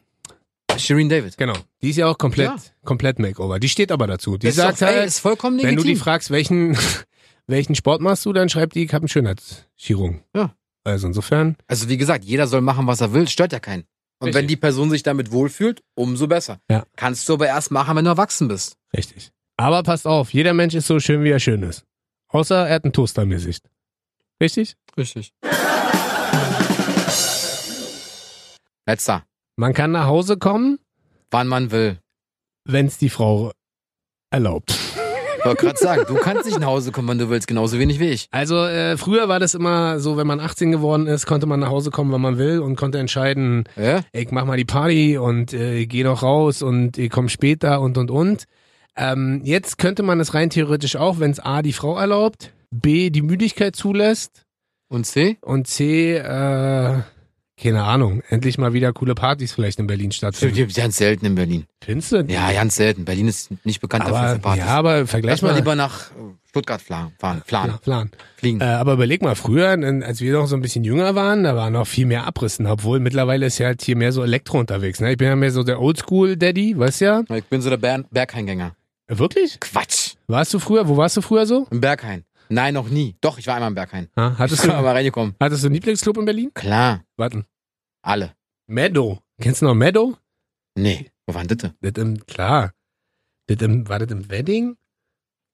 C: Shireen David.
B: Genau. Die ist ja auch komplett,
C: Ja.
B: komplett Makeover. Die steht aber dazu. Die
C: Das
B: sagt
C: ist, doch,
B: halt,
C: ey, ist vollkommen
B: Wenn
C: legitim.
B: du die fragst, welchen, *laughs* welchen Sport machst du, dann schreibt die, ich habe einen Schönheitschirurgen.
C: Ja.
B: Also insofern,
C: Also wie gesagt, jeder soll machen, was er will, stört ja keinen. Und
B: Richtig.
C: wenn die Person sich damit wohlfühlt, umso besser.
B: Ja.
C: Kannst du aber erst machen, wenn du erwachsen bist.
B: richtig. Aber passt auf, jeder Mensch ist so schön, wie er schön ist. Außer er hat einen Toaster im Gesicht. Richtig?
C: Richtig. Letzter.
B: Man kann nach Hause kommen,
C: Wann man will.
B: wenn es die Frau erlaubt.
C: Ich wollte gerade sagen, du kannst nicht nach Hause kommen, wann du willst, genauso wenig wie ich.
B: Also äh, früher war das immer so, wenn man 18 geworden ist, konnte man nach Hause kommen, wann man will und konnte entscheiden,
C: Ja?
B: ich mach mal die Party und äh, geh noch raus und ich komm später und und und. Ähm, jetzt könnte man es rein theoretisch auch, wenn es A die Frau erlaubt, B die Müdigkeit zulässt
C: Und C?
B: und C, äh, keine Ahnung, endlich mal wieder coole Partys vielleicht in Berlin
C: Stimmt,
B: stattfinden.
C: die sind ganz selten in Berlin.
B: Findest du?
C: Ja, ganz selten. Berlin ist nicht bekannt dafür, für
B: aber,
C: Partys.
B: ja, aber
C: Lass
B: vergleich
C: mal
B: mal.
C: lieber nach äh, Stuttgart fla- fahren,
B: Ja,
C: planen,
B: Plan.
C: fliegen.
B: Äh, aber überleg mal, früher, n- als wir noch so ein bisschen jünger waren, da war noch viel mehr Abrissen, obwohl mittlerweile ist ja halt hier mehr so Elektro unterwegs. Ne? Ich bin ja mehr so der Oldschool-Daddy, weißt ja?
C: Ich bin so der Ber Berghaingänger.
B: Wirklich?
C: Quatsch.
B: Warst du früher, wo warst du früher so?
C: Im Berghain. Nein, noch nie. Doch, ich war einmal im Berghain.
B: Ha,
C: Bist
B: hattest,
C: du *laughs*
B: du,
C: mal reingekommen?
B: hattest du einen Lieblingsclub in Berlin?
C: Klar,
B: Warten.
C: alle.
B: Meadow. Kennst du noch Meadow?
C: Nee, wo waren das?
B: Das im, klar. Das im, war das im Wedding?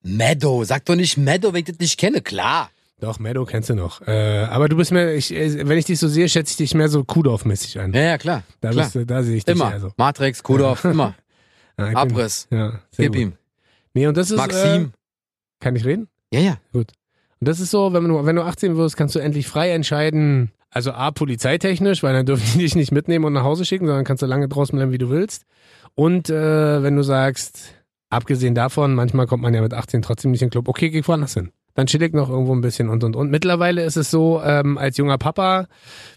C: Meadow, sag doch nicht Meadow, wenn ich das nicht kenne, klar.
B: Doch, Meadow kennst du noch. Äh, aber du bist mehr, ich, äh, wenn ich dich so sehe, schätze ich dich mehr so Kudorf-mäßig ein.
C: Ja, ja, klar.
B: Da,
C: klar.
B: bist du, da sehe ich dich
C: immer.
B: eher so.
C: Matrix, Kudorf, immer.
B: *laughs* Ja, ich bin-
C: Abriss,
B: Ja, sehr
C: gib
B: gut.
C: ihm.
B: Nee, und das ist, Äh,
C: Maxim.
B: kann ich reden?
C: Ja, ja.
B: Und das ist so, wenn du, wenn du 18 wirst, kannst du endlich frei entscheiden. Also A, polizeitechnisch, weil dann dürfen die *laughs* dich nicht mitnehmen und nach Hause schicken, sondern kannst du lange draußen bleiben, wie du willst. Und äh, wenn du sagst, abgesehen davon, manchmal kommt man ja mit 18 trotzdem nicht in den Club, okay, geh woanders hin. Dann chill ich noch irgendwo ein bisschen und und und. Mittlerweile ist es so, ähm, als junger Papa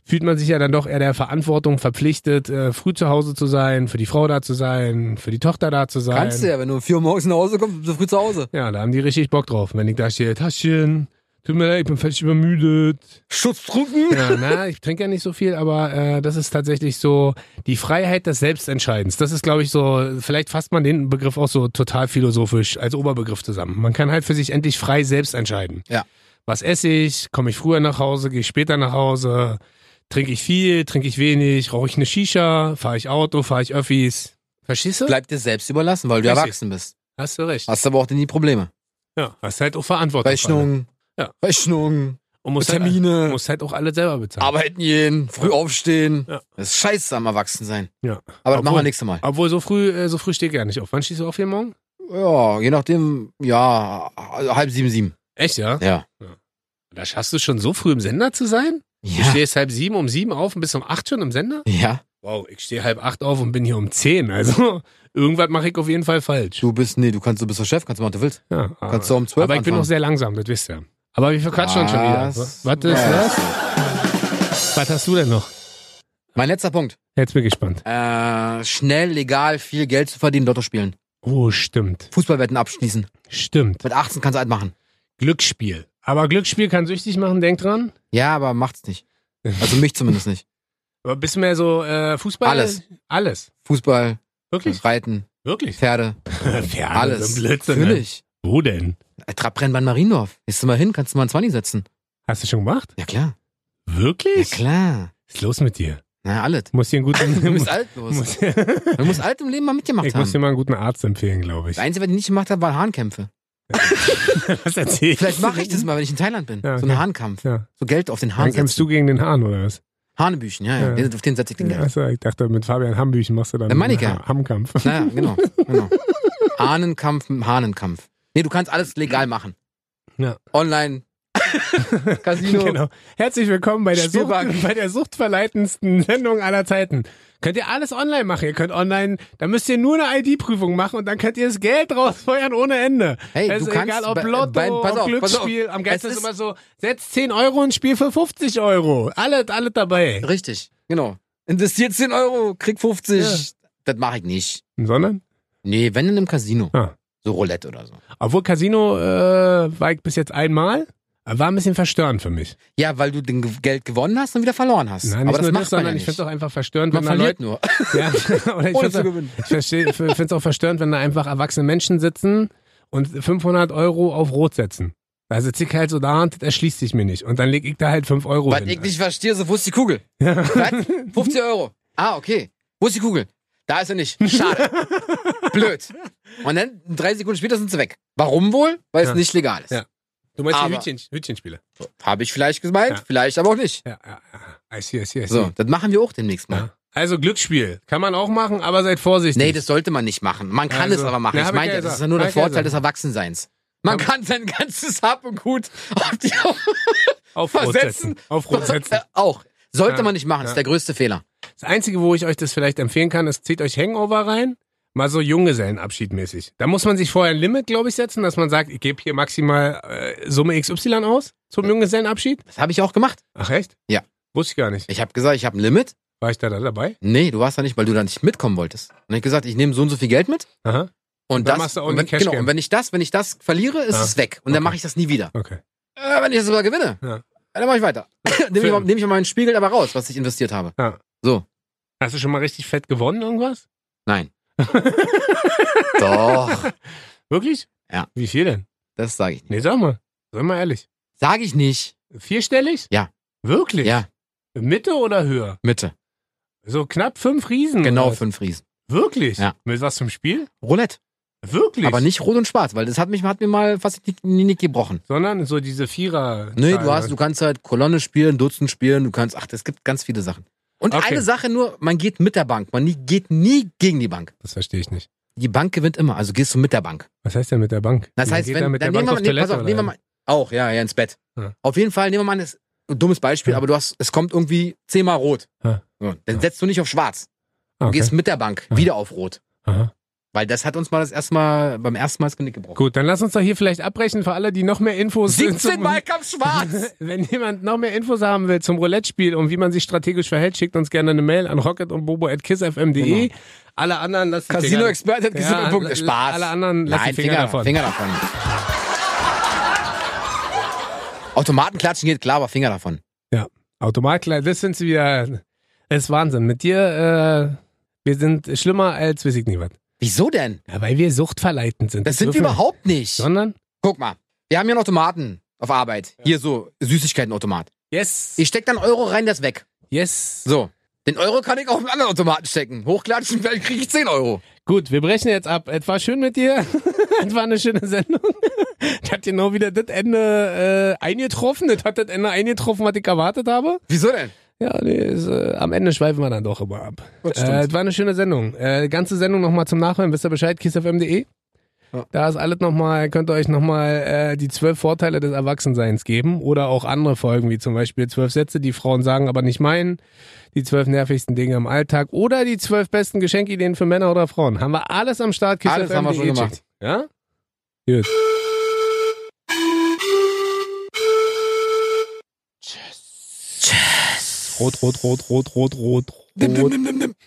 B: fühlt man sich ja dann doch eher der Verantwortung verpflichtet, äh, früh zu Hause zu sein, für die Frau da zu sein, für die Tochter da zu sein.
C: Kannst du ja, wenn du um 4 Uhr morgens nach Hause kommst, bist du früh zu Hause.
B: Ja, da haben die richtig Bock drauf. Wenn ich da stehe, Taschen, Tut mir leid, ich bin völlig übermüdet.
C: Schutztrunken?
B: Ja, na, ich trinke ja nicht so viel, aber äh, das ist tatsächlich so die Freiheit des Selbstentscheidens. Das ist, glaube ich, so, vielleicht fasst man den Begriff auch so total philosophisch als Oberbegriff zusammen. Man kann halt für sich endlich frei selbst entscheiden.
C: Ja.
B: Was esse ich? Komme ich früher nach Hause? Gehe ich später nach Hause? Trinke ich viel? Trinke ich wenig? Rauche ich eine Shisha? Fahre ich Auto? Fahre ich Öffis? Verstehst du?
C: Bleib dir selbst überlassen, weil du
B: Richtig.
C: erwachsen bist.
B: Hast du recht.
C: Hast aber auch nie Probleme.
B: Ja, hast halt auch Verantwortung.
C: Rechnungen,
B: Ja.
C: Rechnungen,
B: Und musst halt, *laughs*
C: Termine,
B: musst halt auch alle selber bezahlen.
C: arbeiten gehen, früh aufstehen.
B: Ja.
C: Das ist scheiße am Erwachsensein.
B: ja.
C: Aber
B: Obwohl-
C: das machen wir nächstes Mal.
B: Obwohl, so früh, äh, so früh steht gar nicht auf. Wann stehst du auf jeden Morgen?
C: Ja, je nachdem, ja, also halb sieben, sieben.
B: Echt, ja?
C: Ja.
B: Da schaffst du schon so früh im Sender zu sein? Du
C: Ja.
B: stehst halb sieben um sieben auf und bist um acht schon im Sender?
C: ja.
B: Wow, ich stehe halb acht auf und bin hier um zehn. Also *laughs* irgendwas mache ich auf jeden Fall falsch.
C: Du bist, nee, du kannst, du bist der Chef, kannst du machen, was du willst.
B: Ja, aber,
C: Kannst du um zwölf
B: aber ich bin
C: anfangen.
B: noch sehr langsam, das wisst ihr. Aber wir verquatschen uns schon wieder.
C: Was?
B: Was ist das? Was hast du denn noch?
C: Mein letzter Punkt.
B: Jetzt bin ich gespannt.
C: Äh, schnell, legal, viel Geld zu verdienen, Lotto spielen.
B: Oh, stimmt.
C: Fußballwetten abschließen.
B: Stimmt.
C: Mit 18 kannst du alt machen.
B: Glücksspiel. Aber Glücksspiel kann süchtig machen, denk dran.
C: Ja, aber macht's nicht. Also mich zumindest nicht.
B: Aber bist du mehr so äh, Fußball?
C: Alles.
B: Alles.
C: Fußball,
B: Wirklich?
C: Reiten,
B: Wirklich?
C: Pferde,
B: Ja,
C: alles.
B: Blödsinn. ne?
C: Natürlich.
B: Wo denn?
C: Trabrennbahn Mariendorf. Gehst du mal hin, kannst du mal einen 20 setzen.
B: Hast du schon gemacht?
C: Ja klar. Ja
B: Wirklich?
C: klar.
B: Was ist los mit dir?
C: Na, alles.
B: Muss hier einen
C: *laughs*
B: guten.
C: Du bist alt los.
B: *laughs* muss, ich
C: Du musst alt im Leben mal mitgemacht
B: muss dir
C: haben.
B: mal einen guten Arzt empfehlen, glaube ich.
C: Das Einzige, was ich nicht gemacht habe, waren Hahnkämpfe.
B: Was erzähl ich?
C: Vielleicht mache ich das mal, wenn ich in Thailand bin.
B: Ja,
C: So
B: okay.
C: einen Hahnkampf.
B: Ja.
C: So Geld auf den Hahn
B: Dann kämpfst
C: setzen.
B: du gegen den Hahn, oder was?
C: Hanebüchen, ja,
B: Ja.
C: ja. Den- Auf den setze ich den Geld.
B: Achso, ich dachte, mit Fabian Hambüchen machst du dann
C: Dann meine ich
B: einen
C: ja.
B: Hammkampf.
C: Naja, genau. genau. Hahnenkampf, Hahnenkampf. Nee, du kannst alles legal machen.
B: Ja. *laughs*
C: Online, Casino.
B: Genau. Herzlich willkommen bei der, Sucht,
C: Spielbank.
B: bei der suchtverleitendsten *laughs* Sendung aller Zeiten. Könnt ihr alles online machen. Ihr könnt online, da müsst ihr nur eine ID-Prüfung machen und dann könnt ihr das Geld *laughs* rausfeuern ohne Ende.
C: Hey,
B: es
C: du
B: ist
C: kannst
B: egal, ob
C: bei-
B: Lotto,
C: beim- pass auf,
B: ob
C: pass auf.
B: Glücksspiel, am geilsten
C: Es
B: ist
C: ist-
B: immer so, setzt 10 Euro ins Spiel für 50 Euro. Alle, alle dabei.
C: Richtig, genau. Investiert 10 Euro, krieg 50. Das mache ich nicht.
B: Sondern?
C: Nee, wenn dann im Casino.
B: Ah.
C: So Roulette oder so.
B: Obwohl Casino äh, war ich bis jetzt einmal, aber war ein bisschen verstörend für mich.
C: Ja, weil du den Ge- Geld gewonnen hast und wieder verloren hast.
B: Nein,
C: Aber
B: nicht
C: das
B: nur
C: macht
B: das,
C: man
B: sondern
C: ja
B: ich finde
C: nicht.
B: es auch einfach verstörend,
C: man
B: wenn da Leute
C: verliert nur.
B: Ja, *laughs* oder
C: Ohne
B: ich find's
C: zu
B: auch-
C: gewinnen.
B: Ich finde es auch verstörend, wenn da einfach erwachsene Menschen sitzen und 500 Euro auf Rot setzen. Da sitze ich halt so da und das erschließt sich mir nicht. Und dann leg ich da halt 5 Euro
C: Was
B: hin.
C: ich nicht verstehe, so wo ist die
B: *laughs*
C: Kugel? Was? 50 Euro. Ah, okay. Wo ist die Kugel? Da ist sie nicht.
B: *laughs*
C: Schade. Blöd. Und dann drei Sekunden später sind sie weg. Warum wohl? Weil
B: Ja.
C: es nicht legal ist.
B: Ja. Du meinst die
C: Aber-
B: Hütchen, Hütchenspiele?
C: Habe ich vielleicht gemeint,
B: Ja.
C: vielleicht aber auch nicht.
B: Ja, ja, ja. I see, I see, I see.
C: So, das machen wir auch demnächst mal.
B: Ja. Also Glücksspiel kann man auch machen, aber seid vorsichtig.
C: Nee, das sollte man nicht machen. Man kann
B: Also,
C: es aber machen.
B: na, hab
C: ich
B: ich
C: meine,
B: ja
C: ja, das
B: gesagt.
C: ist ja nur der
B: Hab ich ja
C: Vorteil des
B: gesagt.
C: Erwachsenseins. Man kann sein ganzes Hab und Gut auf
B: *laughs*
C: die *laughs*
B: auf Rot
C: versetzen.
B: setzen. Auf Rot setzen.
C: Äh, *laughs* auch. Sollte
B: Ja,
C: man nicht machen,
B: ja.
C: ist der größte Fehler.
B: Das Einzige, wo ich euch das vielleicht empfehlen kann, ist, zieht euch Hangover rein. Mal so Junggesellenabschied mäßig. Da muss man sich vorher ein Limit, glaube ich, setzen, dass man sagt, ich gebe hier maximal äh, Summe XY aus zum Junggesellenabschied.
C: Das habe ich auch gemacht.
B: Ach echt?
C: Ja.
B: Wusste ich gar nicht.
C: Ich habe gesagt, ich habe ein Limit.
B: War ich da, da dabei?
C: Nee, du warst da nicht, weil du da nicht mitkommen wolltest. Und dann hab ich gesagt, ich nehme so und so viel Geld mit.
B: Aha.
C: Und
B: Dann
C: das,
B: machst du auch
C: und
B: die
C: wenn,
B: Cash
C: genau,
B: Game.
C: und wenn ich das, wenn ich das verliere, ist
B: Ah,
C: es weg. Und dann
B: okay.
C: mache ich das nie wieder.
B: Okay.
C: Äh, wenn ich das aber gewinne,
B: Ja.
C: ja, *laughs* dann mache ich weiter. nehme ich, mal- nehm ich mal meinen Spiegel aber raus, was ich investiert habe.
B: Hast du schon mal richtig fett gewonnen, irgendwas? *laughs*
C: Nein. Doch.
B: Wirklich?
C: Ja.
B: Wie viel denn?
C: Das sage ich nicht.
B: Nee, sag mal. Sag mal ehrlich.
C: Sage ich nicht.
B: Vierstellig?
C: Ja.
B: Wirklich?
C: Ja,
B: Mitte oder höher?
C: Mitte.
B: So knapp fünf Riesen.
C: Genau
B: oder was?
C: fünf Riesen.
B: Wirklich?
C: Ja.
B: Mit was zum Spiel?
C: Roulette.
B: Wirklich?
C: Aber nicht rot und schwarz, weil das hat, mich, hat mir mal fast die Nick gebrochen.
B: Sondern so diese Vierer.
C: Nee, du, hast, du kannst halt Kolonne spielen, Dutzend spielen, du kannst, ach, es gibt ganz viele Sachen. Und
B: Okay.
C: eine Sache nur, man geht mit der Bank, man nie, geht nie gegen die Bank.
B: Das verstehe ich nicht.
C: Die Bank gewinnt immer, also gehst du mit der Bank.
B: Was heißt denn mit der Bank?
C: Das
B: Man
C: heißt,
B: geht
C: wenn,
B: da mit
C: dann
B: der
C: nehmen
B: Bank
C: wir
B: auf
C: mal, nee,
B: Toilette
C: pass auf,
B: oder
C: nehmen wir
B: was?
C: mal, auch, ja, ja, ins Bett.
B: Ja.
C: Auf jeden Fall nehmen wir mal ein ein dummes Beispiel,
B: Ja.
C: aber du hast, es kommt irgendwie zehnmal rot.
B: Ja.
C: So, dann
B: Ja.
C: setzt du nicht auf schwarz,
B: Ah,
C: du
B: okay.
C: gehst mit der Bank
B: Ja.
C: wieder auf rot.
B: Aha.
C: Weil das hat uns mal das erste Mal, beim ersten Mal das Genick gebrochen.
B: Gut, dann lass uns doch hier vielleicht abbrechen für alle, die noch mehr Infos zum-
C: 17 Mal kam schwarz!
B: *laughs* Wenn jemand noch mehr Infos haben will zum Roulette-Spiel und wie man sich strategisch verhält, schickt uns gerne eine Mail an rocket und bobo at kissfm.de.
C: Genau.
B: Alle anderen lasst die Finger-
C: Casino-Experte hat
B: Ja,
C: ja, Punkt.
B: la-
C: Spaß.
B: alle anderen lassen
C: Nein,
B: Finger davon.
C: Finger davon. Automaten klatschen geht klar, aber Finger davon.
B: Automatkleid, das sind sie wieder. Das ist Wahnsinn. Mit dir, äh, wir sind schlimmer als weiß ich nie was.
C: Wieso denn?
B: Ja, weil wir suchtverleitend sind.
C: Das sind wir
B: dürfen
C: überhaupt nicht.
B: Sondern?
C: Guck mal, wir haben hier einen Automaten auf Arbeit. Hier so, Süßigkeitenautomat.
B: Yes.
C: Ich steck dann Euro rein, der ist weg.
B: yes.
C: So. Den Euro kann ich auf einen anderen Automaten stecken. Hochklatschen, vielleicht kriege ich 10 Euro.
B: Gut, wir brechen jetzt ab. Es war schön
C: *laughs*
B: mit dir. es war eine schöne Sendung. Ich hat genau wieder das Ende äh, eingetroffen. Das hat das Ende eingetroffen, was ich erwartet habe.
C: Wieso denn?
B: Ja, nee, ist, äh, am Ende schweifen wir dann doch immer ab.
C: Das stimmt.
B: Äh, es war eine schöne Sendung. Äh, ganze Sendung nochmal zum Nachhören. Wisst ihr Bescheid? kissfm.de.
C: Ja.
B: Da ist alles nochmal, könnt ihr euch nochmal äh, die zwölf Vorteile des Erwachsenseins geben oder auch andere Folgen, wie zum Beispiel zwölf Sätze, die Frauen sagen, aber nicht meinen, die zwölf nervigsten Dinge im Alltag oder die zwölf besten Geschenkideen für Männer oder Frauen. Haben wir alles am Start,
C: Alles haben wir schon
B: kissfm.de.
C: gemacht.
B: Ja? Gut. Tschüss. Rot, rot, rot, rot, rot, rot,
C: Dim,
B: rot.
C: dim, dim, dim, dim.